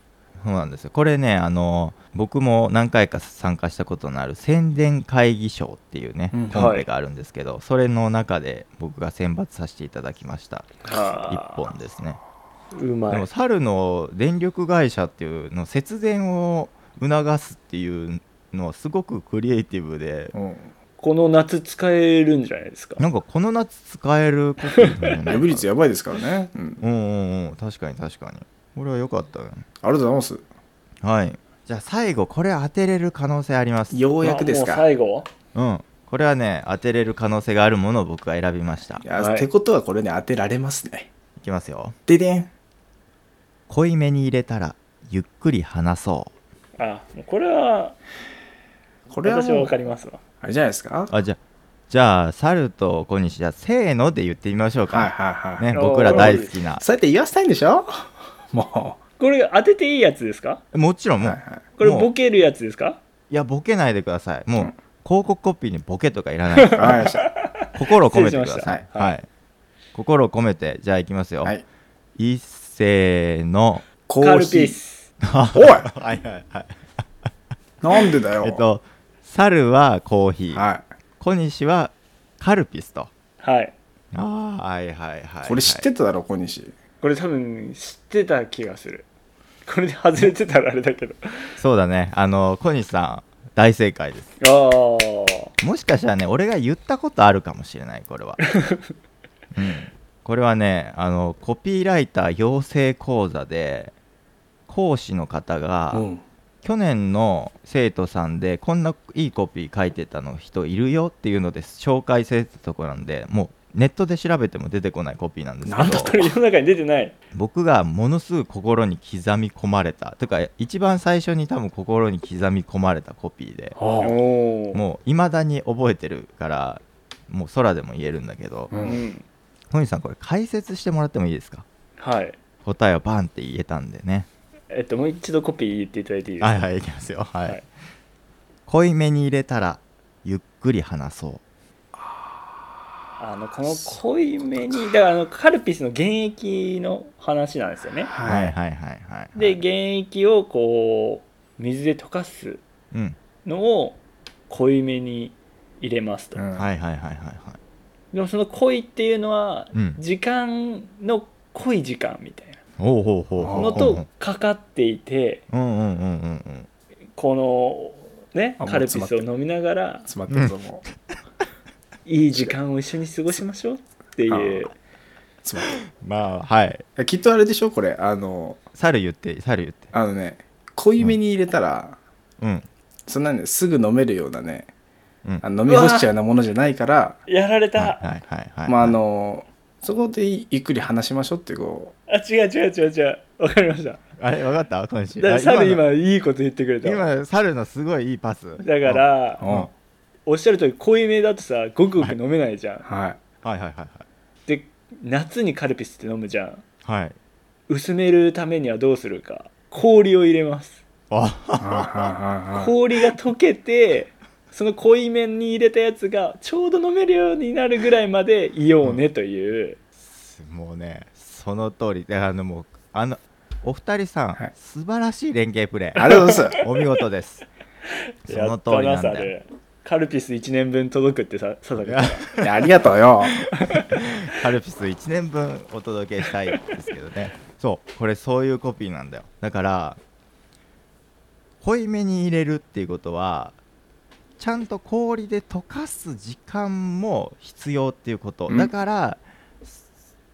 [SPEAKER 2] そうなんですよこれねあの僕も何回か参加したことのある宣伝会議賞っていうね、
[SPEAKER 3] うん
[SPEAKER 2] コンペがあるんですけど、それの中で僕が選抜させていただきました
[SPEAKER 1] あ
[SPEAKER 2] 1本ですね
[SPEAKER 1] ーうま
[SPEAKER 2] でも
[SPEAKER 1] い
[SPEAKER 2] 猿の電力会社っていうの節電を促すっていうのはすごくクリエイティブで
[SPEAKER 3] うん
[SPEAKER 1] この夏使えるんじゃないですか
[SPEAKER 2] なんかこの夏使えることになるん
[SPEAKER 3] *laughs*
[SPEAKER 2] じゃないかな
[SPEAKER 3] 予備率やばいですからね、うん、
[SPEAKER 2] うんうんうん確かに確かにこれは良かったよね
[SPEAKER 3] ありがとうございます
[SPEAKER 2] はいじゃあ最後これ当てれる可能性あります
[SPEAKER 3] ようや
[SPEAKER 1] あ
[SPEAKER 3] くです
[SPEAKER 1] もう
[SPEAKER 3] かい
[SPEAKER 1] 最後
[SPEAKER 2] うんこれはね当てれる可能性があるものを僕が選びましたい
[SPEAKER 3] や、
[SPEAKER 1] はい
[SPEAKER 3] ってことはこれね当てられますね
[SPEAKER 2] きますよ
[SPEAKER 3] ででん
[SPEAKER 2] 濃いめに入れたらゆっくり話そ
[SPEAKER 1] あもうこれは
[SPEAKER 3] これは
[SPEAKER 1] 私は
[SPEAKER 3] もう
[SPEAKER 1] 分かりますわ
[SPEAKER 3] あれじゃないですかは
[SPEAKER 2] うあじゃあじゃあ猿と小西じゃあせーので言ってみましょう
[SPEAKER 3] いはい
[SPEAKER 2] か、
[SPEAKER 3] はい、
[SPEAKER 2] ね
[SPEAKER 1] おー
[SPEAKER 2] 僕ら大好きな
[SPEAKER 3] そうやって言わせたいんでしょも
[SPEAKER 1] これ当てていいやつですか
[SPEAKER 2] もちろん
[SPEAKER 3] う、
[SPEAKER 2] もう、
[SPEAKER 3] はいはい、
[SPEAKER 1] これ
[SPEAKER 2] もう
[SPEAKER 1] ボケるやつですか
[SPEAKER 2] いやボケないでくださいもう、
[SPEAKER 3] うん
[SPEAKER 2] 広告コピーにボケとかいらない
[SPEAKER 3] *laughs* わかりました。
[SPEAKER 2] 心を込めてくだ
[SPEAKER 1] 失礼しま
[SPEAKER 2] さい
[SPEAKER 1] した
[SPEAKER 2] はい、心を込めてじゃあいきますよ、
[SPEAKER 3] はい。
[SPEAKER 2] いっせーの
[SPEAKER 3] コ
[SPEAKER 1] カルピー。ス
[SPEAKER 3] お
[SPEAKER 2] *laughs*
[SPEAKER 3] い
[SPEAKER 2] はいはいはい
[SPEAKER 3] なんでだよ。
[SPEAKER 2] えっと猿はコーヒー、
[SPEAKER 3] は
[SPEAKER 2] 小西はカルピスと
[SPEAKER 1] はい
[SPEAKER 2] ああはいはいはい
[SPEAKER 3] い。これ知ってただろ、小西。
[SPEAKER 1] これ多分知ってた気がするこれで外れてたらあれだけど
[SPEAKER 2] そうだねあの小西さん大正解です
[SPEAKER 1] あ
[SPEAKER 2] もしかしたらね俺が言ったことあるかもしれないこれ
[SPEAKER 3] *laughs*
[SPEAKER 2] は、うん、これはねあのコピーライター養成講座で講師の方が、
[SPEAKER 3] ん。
[SPEAKER 2] 去年の生徒さんでこんないいコピー書いてたの人いるよっていうので紹介されてたとこなんでもうネットで調べても出てこないコピーなんですけ
[SPEAKER 3] なんだ
[SPEAKER 2] ど
[SPEAKER 1] あこれ世の中に出てない
[SPEAKER 2] 僕がものすごく心に刻み込まれたというか一番最初に多分心に刻み込まれたコピーで
[SPEAKER 1] お
[SPEAKER 3] は
[SPEAKER 1] おー
[SPEAKER 2] もう未だに覚えてるからもう空でも言えるんだけど
[SPEAKER 3] あ。う。
[SPEAKER 1] うんん
[SPEAKER 2] 本人さんこれ解説してもらってもいいですか
[SPEAKER 1] はい
[SPEAKER 2] 答えをバンって言えたんでね
[SPEAKER 1] えっともう一度コピー言っていただいていいですか
[SPEAKER 2] はいはいいきますよはい、
[SPEAKER 1] はい
[SPEAKER 2] 濃いめに入れたらゆっくり話そう
[SPEAKER 1] あのこの濃いめにだからあのカルピスの原液の話なんですよね
[SPEAKER 2] は
[SPEAKER 3] はいい。
[SPEAKER 2] はいはいはい。
[SPEAKER 1] で、原液をこう水で溶かす
[SPEAKER 2] うん。
[SPEAKER 1] のを濃いめに入れますと、
[SPEAKER 3] うん
[SPEAKER 2] はいはいはいはいはい。
[SPEAKER 1] でもその濃いっていうのは
[SPEAKER 2] うん
[SPEAKER 1] 時間の濃い時間みたいな
[SPEAKER 2] おうほうほうほう。
[SPEAKER 1] のとかかっていて
[SPEAKER 2] うんうんうんうん
[SPEAKER 1] このね
[SPEAKER 3] あもう
[SPEAKER 1] カルピスを飲みながら
[SPEAKER 3] 詰まってるぞ、もう。
[SPEAKER 1] いい時間を一緒に過ごしましょうっていう
[SPEAKER 3] 詰まってる
[SPEAKER 2] うん。まあはい。
[SPEAKER 3] いや。きっとあれでしょ、これ。あの、
[SPEAKER 2] 猿言って猿言って。
[SPEAKER 3] あのね、濃いめに入れたら、
[SPEAKER 2] うん。
[SPEAKER 3] そんなね、すぐ飲めるようなね、
[SPEAKER 2] うん。
[SPEAKER 3] あの飲み干しちゃうようなものじゃないから、
[SPEAKER 1] やられ
[SPEAKER 2] はい
[SPEAKER 1] た
[SPEAKER 2] はいはいはい。
[SPEAKER 3] まあ、あの、そこでゆっくり話しましょうっていう、こう。
[SPEAKER 1] あ違う違う違う違うわかりましただ
[SPEAKER 2] あれわかった今週。
[SPEAKER 1] から
[SPEAKER 2] あ
[SPEAKER 1] 猿今いいこと言ってくれた
[SPEAKER 2] の
[SPEAKER 1] わ
[SPEAKER 2] 今猿のすごいいいパス。
[SPEAKER 1] だか
[SPEAKER 2] うん。
[SPEAKER 1] ら
[SPEAKER 3] うん。は
[SPEAKER 1] おっしゃる通り濃いめだとさごくごく飲めないじゃん、
[SPEAKER 3] い。
[SPEAKER 2] はいはいはいはい。
[SPEAKER 1] で夏にカルピスって飲むじゃん
[SPEAKER 2] はい。
[SPEAKER 1] 薄めるためにはどうするか氷を入れます
[SPEAKER 2] あ
[SPEAKER 3] はいはいはいはい
[SPEAKER 1] 氷が溶けてその濃いめに入れたやつがちょうど飲めるようになるぐらいまでいようねという、
[SPEAKER 2] もうねその通りであのもうあのお二人さん、
[SPEAKER 3] はい
[SPEAKER 2] 素晴らしい連携プレー。
[SPEAKER 3] ありがとうございます。
[SPEAKER 2] お見事です。そ
[SPEAKER 1] や
[SPEAKER 2] の
[SPEAKER 1] っ
[SPEAKER 2] 通
[SPEAKER 1] た
[SPEAKER 2] りな
[SPEAKER 1] なんさ
[SPEAKER 2] だよ。
[SPEAKER 1] でカルピス1年分届くってさ佐々木さん
[SPEAKER 3] いやありがとうよ。
[SPEAKER 2] カルピス1年分お届けしたいですけどね *laughs* そうこれそういうコピーなんだよだから濃いめに入れるっていうことはちゃんと氷で溶かす時間も必要っていうこと、
[SPEAKER 3] うん
[SPEAKER 2] だから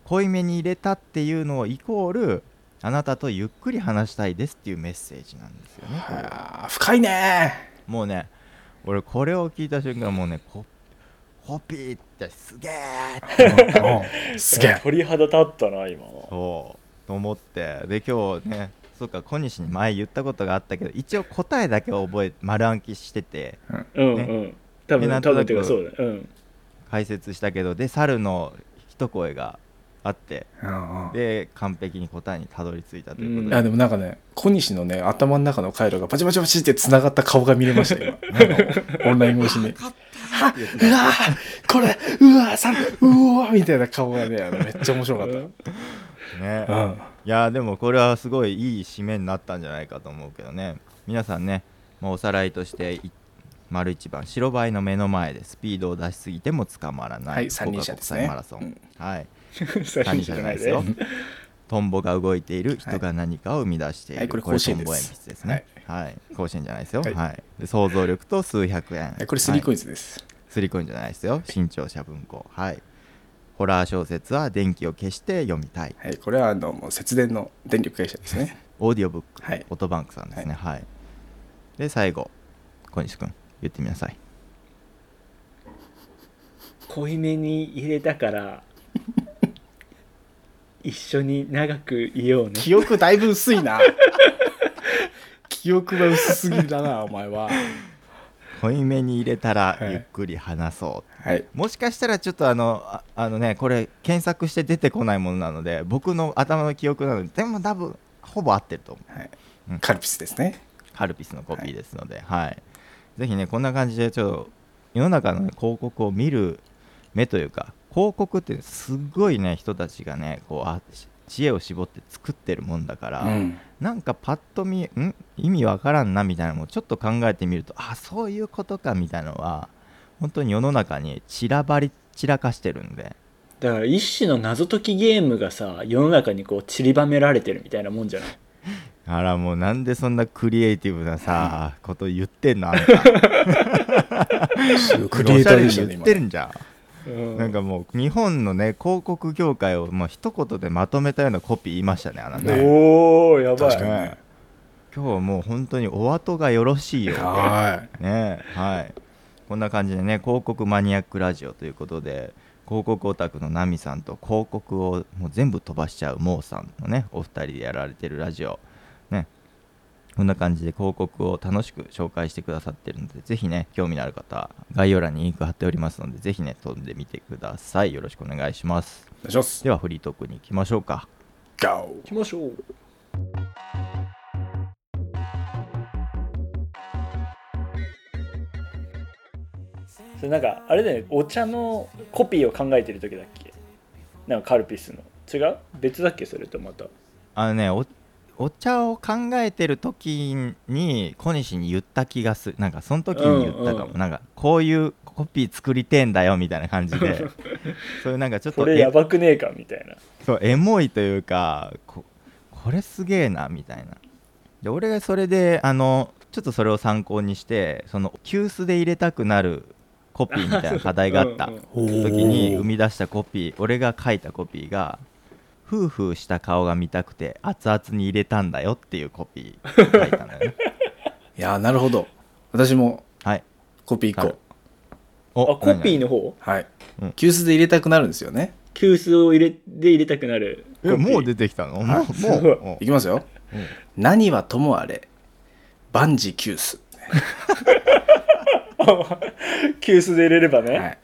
[SPEAKER 2] 濃いめに入れたっていうのをイコールあなたとゆっくり話したいですっていうメッセージなんですよねこれは
[SPEAKER 3] あー深いね
[SPEAKER 2] もうね俺これを聞いた瞬間もうねココピーってすげえって思った
[SPEAKER 3] うん *laughs* すげえ。
[SPEAKER 1] 鳥肌立ったな今
[SPEAKER 2] そうと思ってで今日ねそうか小西に前言ったことがあったけど一応答えだけは覚え丸暗記してて
[SPEAKER 1] うんうん、多
[SPEAKER 2] でな
[SPEAKER 1] 分
[SPEAKER 2] んと
[SPEAKER 1] 多分
[SPEAKER 2] なく
[SPEAKER 1] てかそうだうん
[SPEAKER 2] 解説したけどで猿の一声があって
[SPEAKER 3] うんうん
[SPEAKER 2] で完璧に答えにたどり着いたという
[SPEAKER 1] う
[SPEAKER 2] こ
[SPEAKER 1] ん
[SPEAKER 2] と
[SPEAKER 3] い
[SPEAKER 2] で、
[SPEAKER 3] やでもなんかね小西のね *laughs* 頭の中の回路がバチバチバチってつながった顔が見れましたよ
[SPEAKER 2] なんか
[SPEAKER 3] 今オンライン越しにはうわーこれうわーさうわーみたいな顔がねあのめっちゃ面白かっ
[SPEAKER 2] ね
[SPEAKER 3] た、うん、
[SPEAKER 2] いやでもこれはすごいいい締めになったんじゃないかと思うけどね皆さんね、まあ、おさらいとしてい丸一番白バイの目の前でスピードを出しすぎても捕まらない、
[SPEAKER 3] はい三輪車ですね
[SPEAKER 2] 福岡国際マラソン、
[SPEAKER 3] うん
[SPEAKER 2] はい
[SPEAKER 1] 最初
[SPEAKER 2] 三輪車
[SPEAKER 1] じ
[SPEAKER 2] じ
[SPEAKER 1] ゃ
[SPEAKER 2] ゃな
[SPEAKER 1] ないい
[SPEAKER 2] です
[SPEAKER 1] で
[SPEAKER 2] よトンボが動いている人が何かを生み出している、
[SPEAKER 3] はいこれ甲子園
[SPEAKER 2] トンボ
[SPEAKER 3] です
[SPEAKER 2] 鉛筆ですねはい、甲子園じゃないですよ、はいで想像力と数百円
[SPEAKER 3] えこれスリーコインズです、
[SPEAKER 2] すり込んじゃないですよ新潮社文庫はいホラー小説は電気を消して読みたい
[SPEAKER 3] はいこれはあのもう節電の電力会社ですね
[SPEAKER 2] オーディオブック、
[SPEAKER 3] はい
[SPEAKER 2] オートバンクさんですねはい、で最後小西君言ってみなさい
[SPEAKER 1] 濃いめに入れた
[SPEAKER 2] *laughs*
[SPEAKER 1] から一緒に長くいようね
[SPEAKER 3] *laughs* 記憶だいぶ薄いな記憶が薄すぎるなお前は
[SPEAKER 2] 濃いめに入れたら
[SPEAKER 3] はい
[SPEAKER 2] ゆっくり話そう、
[SPEAKER 3] はい
[SPEAKER 2] もしかしたらちょっとあのああのねこれ検索して出てこないものなので僕の頭の記憶なのででも多分ほぼ合ってると思う
[SPEAKER 3] カルピスですね
[SPEAKER 2] カルピスのコピーですので、はいぜひねこんな感じでちょっと世の中のね広告を見る目というか広告ってすごいね人たちがねこうあし知恵を絞って作ってるもんだか
[SPEAKER 3] う
[SPEAKER 2] ら、
[SPEAKER 3] ん
[SPEAKER 2] なんかパッと見ん意味わからんなみたいなのもちょっと考えてみるとあそういうことかみたいなのは本当に世の中に散らばり散らかしてるんで
[SPEAKER 1] だから一種の謎解きゲームがさ世の中にこう散りばめられてるみたいなもんじゃない
[SPEAKER 2] あらもうなんでそんなクリエイティブなさこと言ってんのあんた
[SPEAKER 3] *laughs* クリエイターで
[SPEAKER 2] お
[SPEAKER 3] し
[SPEAKER 2] しゃれに言
[SPEAKER 3] たね
[SPEAKER 2] っ
[SPEAKER 3] 今
[SPEAKER 2] てるんじゃん
[SPEAKER 1] うん
[SPEAKER 2] なんかもう日本のね広告業界をもう一言でまとめたようなコピー言いましたねあなた、
[SPEAKER 3] ね
[SPEAKER 1] おーやば
[SPEAKER 3] 確
[SPEAKER 1] い
[SPEAKER 3] かにね
[SPEAKER 2] 今日はもう本当にお後がよろしいよ
[SPEAKER 3] は
[SPEAKER 2] ねはいこんな感じでね広告マニアックラジオということで広告オタクのナミさんと広告をもう全部飛ばしちゃうモーさんのねお二人でやられてるラジオねこんな感じで広告を楽しく紹介してくださってるのでぜひね興味のある方概要欄にリンク貼っておりますのでぜひね飛んでみてくださいよろしくお願いします
[SPEAKER 3] いお願いします
[SPEAKER 2] ではフリートークに行きましょうか
[SPEAKER 3] ガオ
[SPEAKER 1] 行きましょうそれなんかあれだよねお茶のコピーを考えてる時だっけなんかカルピスの違う別だっけそれとまた
[SPEAKER 2] あのねおお茶を考えてる時に小西に言った気がするなんかその時に言ったかも、
[SPEAKER 1] うんうん
[SPEAKER 2] なんかこういうコピー作りてんだよみたいな感
[SPEAKER 1] *laughs*
[SPEAKER 2] じでそういうなんかちょっ
[SPEAKER 1] ことれ
[SPEAKER 2] え
[SPEAKER 1] やばくねえかみたいな
[SPEAKER 2] そうエモいというかここれすげえなみたいなで俺がそれであのちょっとそれを参考にしてその急須で入れたくなるコピーみたいな課題があった
[SPEAKER 1] うんうん
[SPEAKER 2] 時に生み出したコピー俺が書いたコピーが「夫婦した顔が見たくて熱々に入れたんだよ」っていうコピー書いたんだよ
[SPEAKER 1] *laughs*
[SPEAKER 2] ね
[SPEAKER 3] いやーなるほど私も
[SPEAKER 2] はい
[SPEAKER 3] コピー1
[SPEAKER 2] はい
[SPEAKER 3] 個
[SPEAKER 2] お
[SPEAKER 1] あコピー
[SPEAKER 2] の
[SPEAKER 1] の方
[SPEAKER 3] はい
[SPEAKER 2] うん
[SPEAKER 3] 急須で入れたくなるんですよね
[SPEAKER 1] 急須を入れで入れたくなるコピー
[SPEAKER 2] もう出てきたのもう
[SPEAKER 1] す
[SPEAKER 2] も
[SPEAKER 1] ごいう
[SPEAKER 2] も
[SPEAKER 3] いきますよ
[SPEAKER 2] ううん
[SPEAKER 3] 何はともあれ万事休す、
[SPEAKER 1] *laughs* 急須で入れればね、
[SPEAKER 3] はい、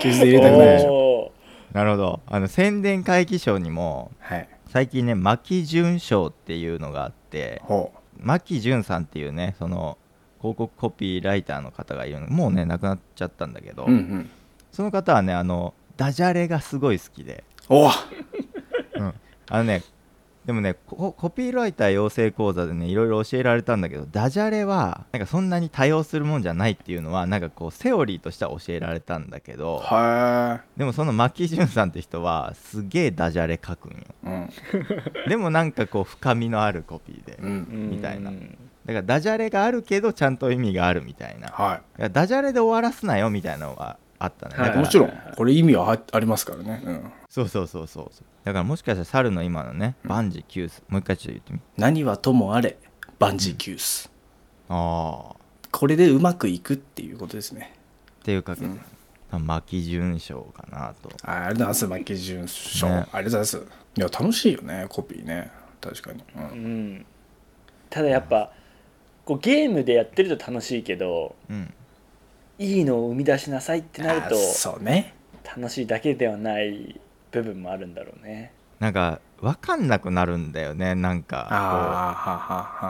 [SPEAKER 3] 急須で入れたくないでしょ、
[SPEAKER 1] お
[SPEAKER 2] なるほどあの宣伝会議賞にも
[SPEAKER 3] はい、
[SPEAKER 2] 最近ね牧潤賞っていうのがあって
[SPEAKER 3] ほ
[SPEAKER 2] 牧潤さんっていうねその広告コピーライターの方がいるのもうね亡くなっちゃったんだけど、
[SPEAKER 3] ううんうん
[SPEAKER 2] その方はねあのダジャレがすごい好きで
[SPEAKER 3] おお
[SPEAKER 2] あのねでもねココピーライター養成講座でねいろいろ教えられたんだけどダジャレはなんかそんなに多用するもんじゃないっていうのはなんかこうセオリーとしては教えられたんだけど
[SPEAKER 3] は
[SPEAKER 2] でもその牧潤さんって人はすげえダジャレ書くんよ
[SPEAKER 3] いうん
[SPEAKER 2] でもなんかこう深みのあるコピーで
[SPEAKER 3] う
[SPEAKER 2] だ
[SPEAKER 1] ー
[SPEAKER 3] ん
[SPEAKER 2] みたいな
[SPEAKER 1] うん
[SPEAKER 2] からダジャレがあるけどちゃんと意味があるみたいなだか
[SPEAKER 3] は
[SPEAKER 2] らダジャレで終わらすなよみたいなのはあったね、
[SPEAKER 1] はい
[SPEAKER 2] だ
[SPEAKER 3] い
[SPEAKER 2] から
[SPEAKER 3] もちろんこれ意味ははありますからね、うん、
[SPEAKER 2] そうそうそうそうだからもしかしたら猿の今のね万事休すもう一回ちょっと言ってみ
[SPEAKER 3] 何はともあれ万事休す
[SPEAKER 2] ああ
[SPEAKER 3] これでうまくいくっていうことですね
[SPEAKER 2] っていうかけで、巻順賞かなと
[SPEAKER 3] あーあれだなす巻き順賞、
[SPEAKER 2] ね
[SPEAKER 3] ありがとうございますいや楽しいよねコピーね確かに、う
[SPEAKER 1] うんんただやっぱこうゲームでやってると楽しいけど
[SPEAKER 2] うん
[SPEAKER 1] いいのを生み出しなさいってなる
[SPEAKER 3] あ
[SPEAKER 1] と
[SPEAKER 3] ーそうね
[SPEAKER 1] 楽しいだけではない部分もあるんだろうね
[SPEAKER 2] なんか分かんなくなるんだよねなん
[SPEAKER 3] ああは
[SPEAKER 2] か
[SPEAKER 3] ははは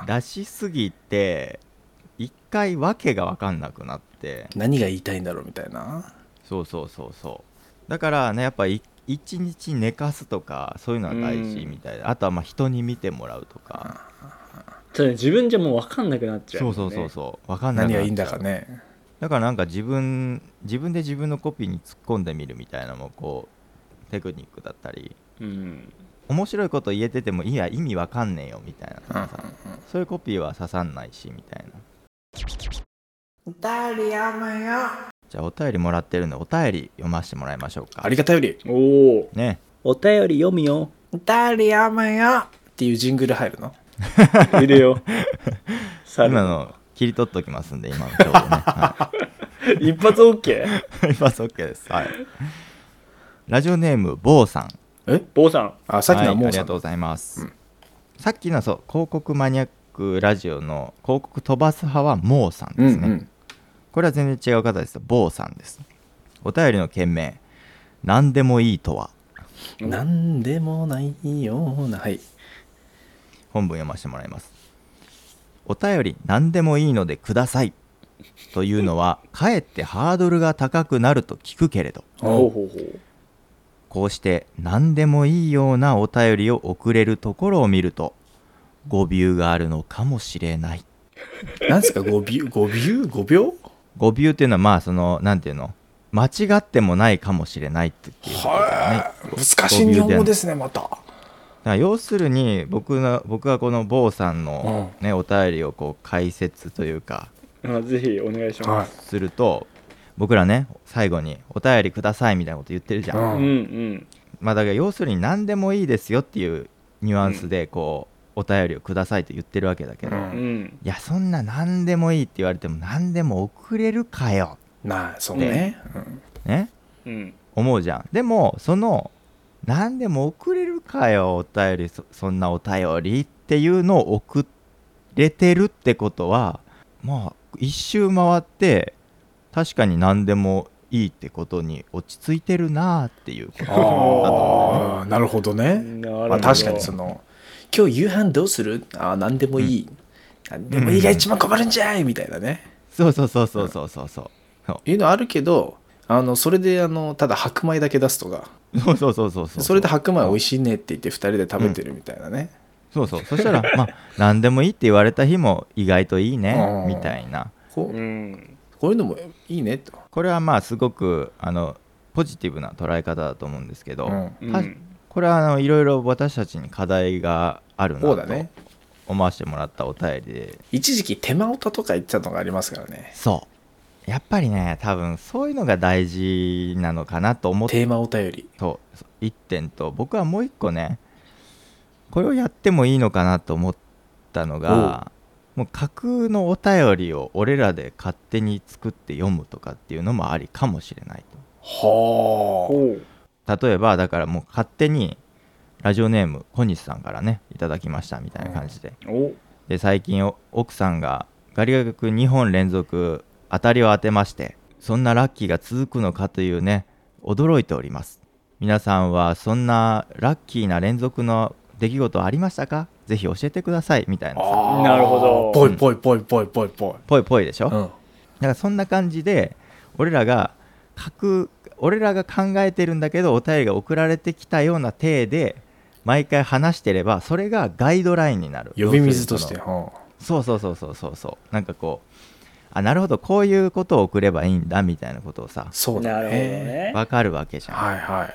[SPEAKER 2] こ
[SPEAKER 3] は
[SPEAKER 2] う出しすぎて一回わけが分かんなくなって
[SPEAKER 3] 何が言いたいんだろうみたいな
[SPEAKER 2] そうそうそうそうだからねやっぱい一日寝かすとかそういうのは大事みたいな、あとはまあ人に見てもらうとか、
[SPEAKER 1] ちょっとね自分じゃもう分かんなくなっちゃう
[SPEAKER 2] そ
[SPEAKER 1] もん
[SPEAKER 2] う
[SPEAKER 1] ね、
[SPEAKER 2] そうそうそう分かんない
[SPEAKER 3] 何がいいんだかね
[SPEAKER 2] だからなんか自分自分で自分のコピーに突っ込んでみるみたいなのもこうテクニックだったり
[SPEAKER 1] うん
[SPEAKER 2] 面白いこと言えててもいや意味わかんねえよみたいなとかさそういうコピーは刺さんないしみたいなじゃあお便りもらってるんでお便り読ませてもらいましょうか
[SPEAKER 3] ありがたより
[SPEAKER 1] おお
[SPEAKER 2] ね
[SPEAKER 1] お便り読みよ
[SPEAKER 3] っていうジングル入るの
[SPEAKER 1] いるよ猿
[SPEAKER 2] 今の切り取っときますんで今の
[SPEAKER 3] *laughs*
[SPEAKER 2] ちょうどね、は
[SPEAKER 1] 一発 OK
[SPEAKER 2] い、今 OK ですはいラジオネーム坊さん
[SPEAKER 1] 坊さん
[SPEAKER 3] あさっきのはも
[SPEAKER 2] はい、あ
[SPEAKER 3] う
[SPEAKER 2] り
[SPEAKER 3] さ
[SPEAKER 2] がとうございます、さっきのそう広告マニアックラジオの広告飛ばす派はモーさん
[SPEAKER 3] うん
[SPEAKER 2] で
[SPEAKER 3] う
[SPEAKER 2] すね、
[SPEAKER 3] ん
[SPEAKER 2] これは全然違う方ですボーさんですお便りの件名何でもいいとは
[SPEAKER 3] なんでもないようなはい
[SPEAKER 2] 本文読ませてもらいますお便り何でもいいのでくださいというのはかえってハードルが高くなると聞くけれど
[SPEAKER 1] ほうほうほう
[SPEAKER 2] こうして何でもいいようなお便りを送れるところを見ると語尾があるのかもしれない
[SPEAKER 3] なんですか5秒5秒5秒
[SPEAKER 2] 誤謬っていうのはまあそのなんていうの間違ってもないかもしれないっていうことですよね、
[SPEAKER 3] 難しい日本語ですねまた
[SPEAKER 2] だから要するに僕の僕はこの坊さんの、ねお便りをこう解説というか
[SPEAKER 1] あぜひお願いします、
[SPEAKER 2] すると僕らね最後に「お便りください」みたいなこと言ってるじゃん、
[SPEAKER 3] う
[SPEAKER 1] う
[SPEAKER 3] ん
[SPEAKER 1] んうん
[SPEAKER 2] まあだから要するに何でもいいですよっていうニュアンスでこう、お便りをくださいと言ってるわけだけど、
[SPEAKER 3] う
[SPEAKER 1] うんん
[SPEAKER 2] いやそんな何でもいいって言われても何でも送れるかよ
[SPEAKER 3] なあそうねうん
[SPEAKER 2] ね
[SPEAKER 1] うん
[SPEAKER 2] 思うじゃんでもその何でも送れるかよお便りそそんなお便りっていうのを送れてるってことはまあ一周回って確かに何でもいいってことに落ち着いてるなあっていうことだと思うんだよね
[SPEAKER 3] ああなるほどね
[SPEAKER 1] なるほど
[SPEAKER 3] まあ、確かにその「今日夕飯どうする?」ああ何でもいい、何でもいいが一番困るんじゃいみたいなね
[SPEAKER 2] そうそうそうそうそうそうそう
[SPEAKER 3] いうのあるけどあのそれであのただ白米だけ出すとか
[SPEAKER 2] そうそうそうそうそう
[SPEAKER 3] それで白米美味しいねって言って2人で食べてるみたいなね、
[SPEAKER 2] そうそうそしたらまあ何でもいいって言われた日も意外といいね
[SPEAKER 3] うん
[SPEAKER 2] みたいな
[SPEAKER 3] こ
[SPEAKER 1] う
[SPEAKER 3] うんこういうのもいいねと、
[SPEAKER 2] これはまあすごくあのポジティブな捉え方だと思うんですけど、
[SPEAKER 3] うん
[SPEAKER 1] うん
[SPEAKER 2] はこれはあのいろいろ私たちに課題があるな
[SPEAKER 3] そう
[SPEAKER 2] と
[SPEAKER 3] だね
[SPEAKER 2] 思わせてもらったお便りで
[SPEAKER 3] 一時期手間オタとか言ってたのがありますからね
[SPEAKER 2] そうやっぱりね多分そういうのが大事なのかなと思って
[SPEAKER 3] テーマお便り
[SPEAKER 2] そうそう一点と僕はもう一個ねこれをやってもいいのかなと思ったのがもう架空のお便りを俺らで勝手に作って読むとかっていうのもありかもしれないと。
[SPEAKER 3] は
[SPEAKER 1] ほう
[SPEAKER 2] 例えばだからもう勝手にラジオネーム小西さんからねいただきましたみたいな感じで、
[SPEAKER 1] お
[SPEAKER 2] で最近お奥さんがガリガリ君2本連続当たりを当てましてそんなラッキーが続くのかというね驚いております皆さんはそんなラッキーな連続の出来事ありましたかぜひ教えてくださいみたいなさ
[SPEAKER 3] あ
[SPEAKER 1] なるほど
[SPEAKER 3] ぽいぽいぽいぽいぽいぽ
[SPEAKER 2] ぽいぽいでしょ、
[SPEAKER 3] い、うん、
[SPEAKER 2] だからそんな感じで俺らが書く俺らが考えてるんだけどお便りが送られてきたような体で毎回話してればそれがガイドラインになる
[SPEAKER 3] 呼び水として
[SPEAKER 2] 要するに
[SPEAKER 3] うん
[SPEAKER 2] そのそうそうそうそうそうそうなんかこうあなるほどこういうことを送ればいいんだみたいなことをさ
[SPEAKER 3] そう
[SPEAKER 1] な
[SPEAKER 3] だ
[SPEAKER 1] る
[SPEAKER 3] ね
[SPEAKER 1] ほどね
[SPEAKER 2] わかるわけじゃんっ
[SPEAKER 3] はいはい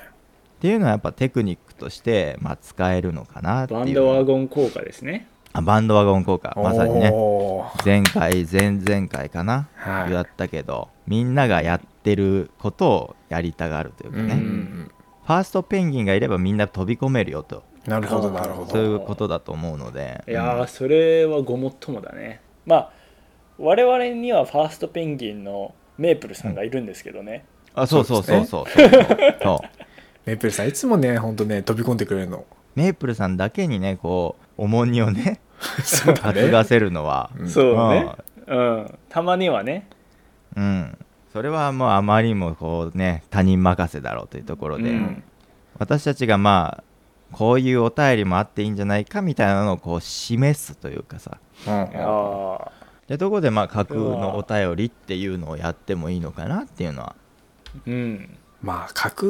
[SPEAKER 2] ていうのはやっぱテクニックとして、まあ、使えるのかなっていう
[SPEAKER 1] バンドワゴン効果ですね
[SPEAKER 2] あバンドワゴン効果まさにね
[SPEAKER 3] おー
[SPEAKER 2] 前回前々回かな
[SPEAKER 3] はい
[SPEAKER 2] やったけどみんながやってることをやりたがるというかね、
[SPEAKER 3] うんう
[SPEAKER 2] フ
[SPEAKER 3] ん
[SPEAKER 2] ァーストペンギンがいればみんな飛び込めるよと
[SPEAKER 3] うんなるほどなるほど
[SPEAKER 2] そういうことだと思うので
[SPEAKER 1] いやーそれはごもっともだねまあ我々にはファーストペンギンのメープルさんがいるんですけどね、
[SPEAKER 2] あそうそう
[SPEAKER 3] そう
[SPEAKER 2] そ
[SPEAKER 3] で
[SPEAKER 2] う
[SPEAKER 3] す
[SPEAKER 2] そうそうそうそう
[SPEAKER 3] メイプルさんいつもねほんとね飛び込んでくれる
[SPEAKER 2] *laughs*
[SPEAKER 3] の
[SPEAKER 2] メープルさんだけにねこう重荷をね
[SPEAKER 3] そうだ
[SPEAKER 2] 担
[SPEAKER 3] ね
[SPEAKER 2] がせるのは
[SPEAKER 3] うん
[SPEAKER 1] そうねうんたまにはね
[SPEAKER 2] うんそれはもうあまりにもこうね他人任せだろうというところで、
[SPEAKER 1] うん
[SPEAKER 2] 私たちがまあこういうお便りもあっていいんじゃないかみたいなのをこう示すというかさ
[SPEAKER 3] うんうん
[SPEAKER 1] あ
[SPEAKER 2] でどこでまあ架空のお便りっていうのをやってもいいのかなっていうのは
[SPEAKER 1] うん
[SPEAKER 3] まあ架空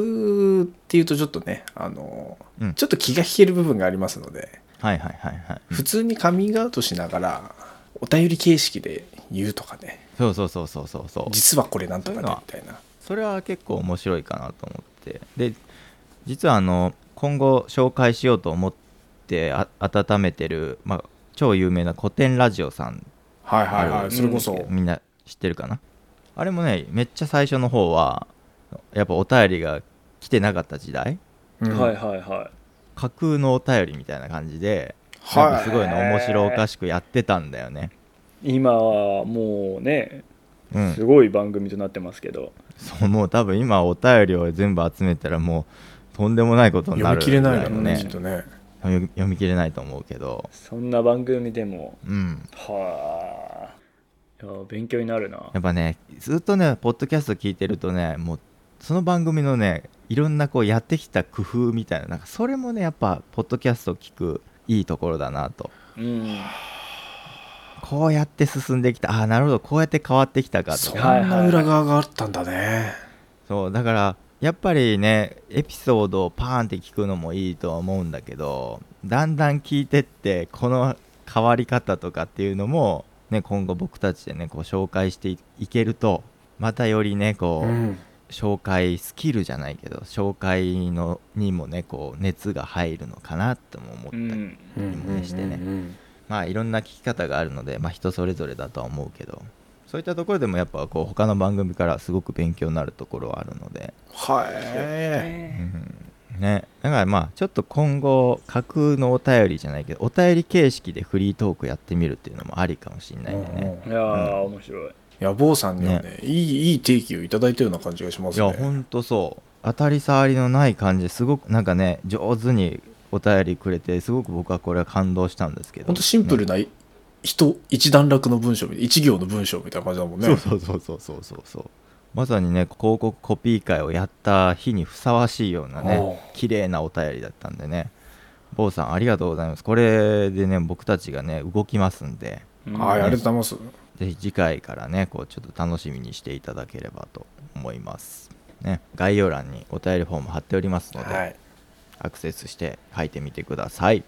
[SPEAKER 3] っていうとちょっとねあの、
[SPEAKER 2] うん
[SPEAKER 3] ちょっと気が引ける部分がありますので
[SPEAKER 2] はいはいはいはい
[SPEAKER 3] 普通にカミングアウトしながらお便り形式で言うとかね
[SPEAKER 2] そうそうそうそうそうそう
[SPEAKER 3] 実はこれなんとかねみたいな
[SPEAKER 2] それは結構面白いかなと思ってで実はあの今後紹介しようと思ってあ温めてる、まあ、超有名な古典ラジオさん
[SPEAKER 3] はいはいはい、
[SPEAKER 2] うん
[SPEAKER 3] それこそ、
[SPEAKER 2] みんな知ってるかなあれもねめっちゃ最初の方はやっぱお便りが来てなかった時代
[SPEAKER 3] うん
[SPEAKER 1] はいはいは
[SPEAKER 2] 架空のお便りみたいな感じで、なんか
[SPEAKER 3] は
[SPEAKER 2] す
[SPEAKER 3] い
[SPEAKER 2] ごいの面白おかしくやってたんだよね、
[SPEAKER 1] い今はもうね
[SPEAKER 2] うん
[SPEAKER 1] す、ごい番組となってますけど、
[SPEAKER 2] そうもう多分今お便りを全部集めたらもうとんでもないことになる
[SPEAKER 3] 読み切れな
[SPEAKER 2] ぐ
[SPEAKER 3] い
[SPEAKER 2] ら
[SPEAKER 3] だろ
[SPEAKER 2] の
[SPEAKER 3] う
[SPEAKER 2] ね
[SPEAKER 3] ねきっとね
[SPEAKER 2] 読み読み切れないと思うけど
[SPEAKER 1] そんな番組でも
[SPEAKER 2] うん
[SPEAKER 1] はあいや勉強になるな
[SPEAKER 2] やっぱねずっとねポッドキャスト聞いてるとねもうその番組のねいろんなこうやってきた工夫みたいななんかそれもねやっぱポッドキャストを聞くいいところだなと
[SPEAKER 1] うん
[SPEAKER 2] こうやって進んできたああなるほどこうやって変わってきたかと
[SPEAKER 3] そん
[SPEAKER 2] か
[SPEAKER 1] はいはいは
[SPEAKER 3] ない裏側があったんだね
[SPEAKER 2] そうだからやっぱりねエピソードをパーンって聞くのもいいとは思うんだけどだんだん聞いてってこの変わり方とかっていうのも、ね、今後僕たちでねこう紹介していいけるとまたよりねこ
[SPEAKER 3] う
[SPEAKER 2] う、
[SPEAKER 3] ん
[SPEAKER 2] 紹介スキルじゃないけど紹介のにもねこう熱が入るのかなとも思った
[SPEAKER 1] う
[SPEAKER 2] り、
[SPEAKER 1] ん
[SPEAKER 3] うん
[SPEAKER 2] うんしてね
[SPEAKER 3] うん
[SPEAKER 2] まあいろんな聞き方があるので、まあ、人それぞれだとは思うけどそういったところでもやっぱこう他の番組からすごく勉強になるところはあるので、
[SPEAKER 3] はい
[SPEAKER 2] うんね、だからまあちょっと今後架空のお便りじゃないけどお便り形式でフリートークやってみるっていうのもありかもしれないんでね、
[SPEAKER 1] いやー、面白い
[SPEAKER 3] 野望さんにはねいいいい定期をいただいたような感じがします
[SPEAKER 2] いや
[SPEAKER 3] ね
[SPEAKER 2] ほんとそう当たり障りのない感じすごくなんかね上手にお便りくれてすごく僕はこれは感動したんですけど
[SPEAKER 3] ほんとシンプルな人一段落の文章みたいな一行の文章みたいな感じだもんね
[SPEAKER 2] そうそうそうそうそうそうそうまさにね広告コピー会をやった日にふさわしいような
[SPEAKER 3] おう
[SPEAKER 2] ね綺麗なお便りだったんでね坊さんありがとうございますこれでね僕たちがね動きますんで
[SPEAKER 1] うん
[SPEAKER 3] はいありがとうございます
[SPEAKER 2] ぜひ次回からねこうちょっと楽しみにしていただければと思いますね概要欄にお便りフォーム貼っておりますので、
[SPEAKER 3] はいよ
[SPEAKER 2] アクセスして書いてみてくださいよ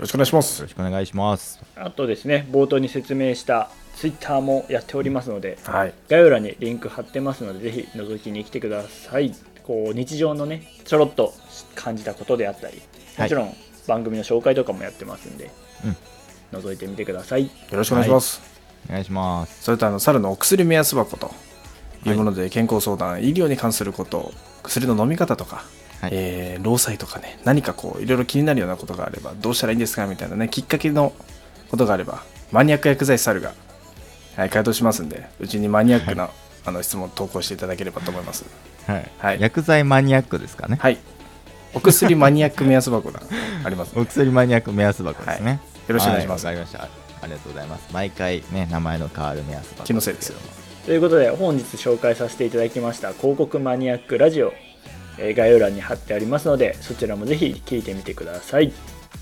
[SPEAKER 3] ろしくお願いします
[SPEAKER 2] ろしくお願いします
[SPEAKER 1] あとですね冒頭に説明したツイッターもやっておりますので、
[SPEAKER 3] はい
[SPEAKER 1] 概要欄にリンク貼ってますのでぜひ覗きに来てくださいこう日常のねちょろっと感じたことであったり
[SPEAKER 2] はい
[SPEAKER 1] もちろん番組の紹介とかもやってますんで、覗いてみてください
[SPEAKER 3] よろしくお願いします、
[SPEAKER 2] お願いします
[SPEAKER 3] それとあの猿のお薬目安箱というもので健康相談、医療に関すること薬の飲み方とか、
[SPEAKER 2] はい
[SPEAKER 3] えー労災とかね何かこういろいろ気になるようなことがあればどうしたらいいんですかみたいなねきっかけのことがあればマニアック薬剤師猿が、はい、回答しますんでうちにマニアックな、あの質問投稿していただければと思います
[SPEAKER 2] はい、
[SPEAKER 3] はい
[SPEAKER 2] 薬剤マニアックですかね、
[SPEAKER 3] はいお薬マニアック目安箱があります
[SPEAKER 2] *laughs* お薬マニアック目安箱ですね、
[SPEAKER 3] はいよろしくお願いします
[SPEAKER 2] はわかりましたありがとうございます毎回ね名前の変わる目安箱
[SPEAKER 3] 気のせいですよ
[SPEAKER 1] ということで本日紹介させていただきました広告マニアックラジオ、えー概要欄に貼ってありますのでそちらもぜひ聞いてみてください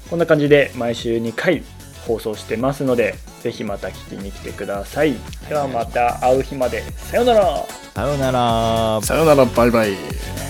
[SPEAKER 1] こんな感じで毎週2回放送してますのでぜひまた聞きに来てくださいではまた会う日までさようなら
[SPEAKER 2] さようなら
[SPEAKER 3] さよならバイバイ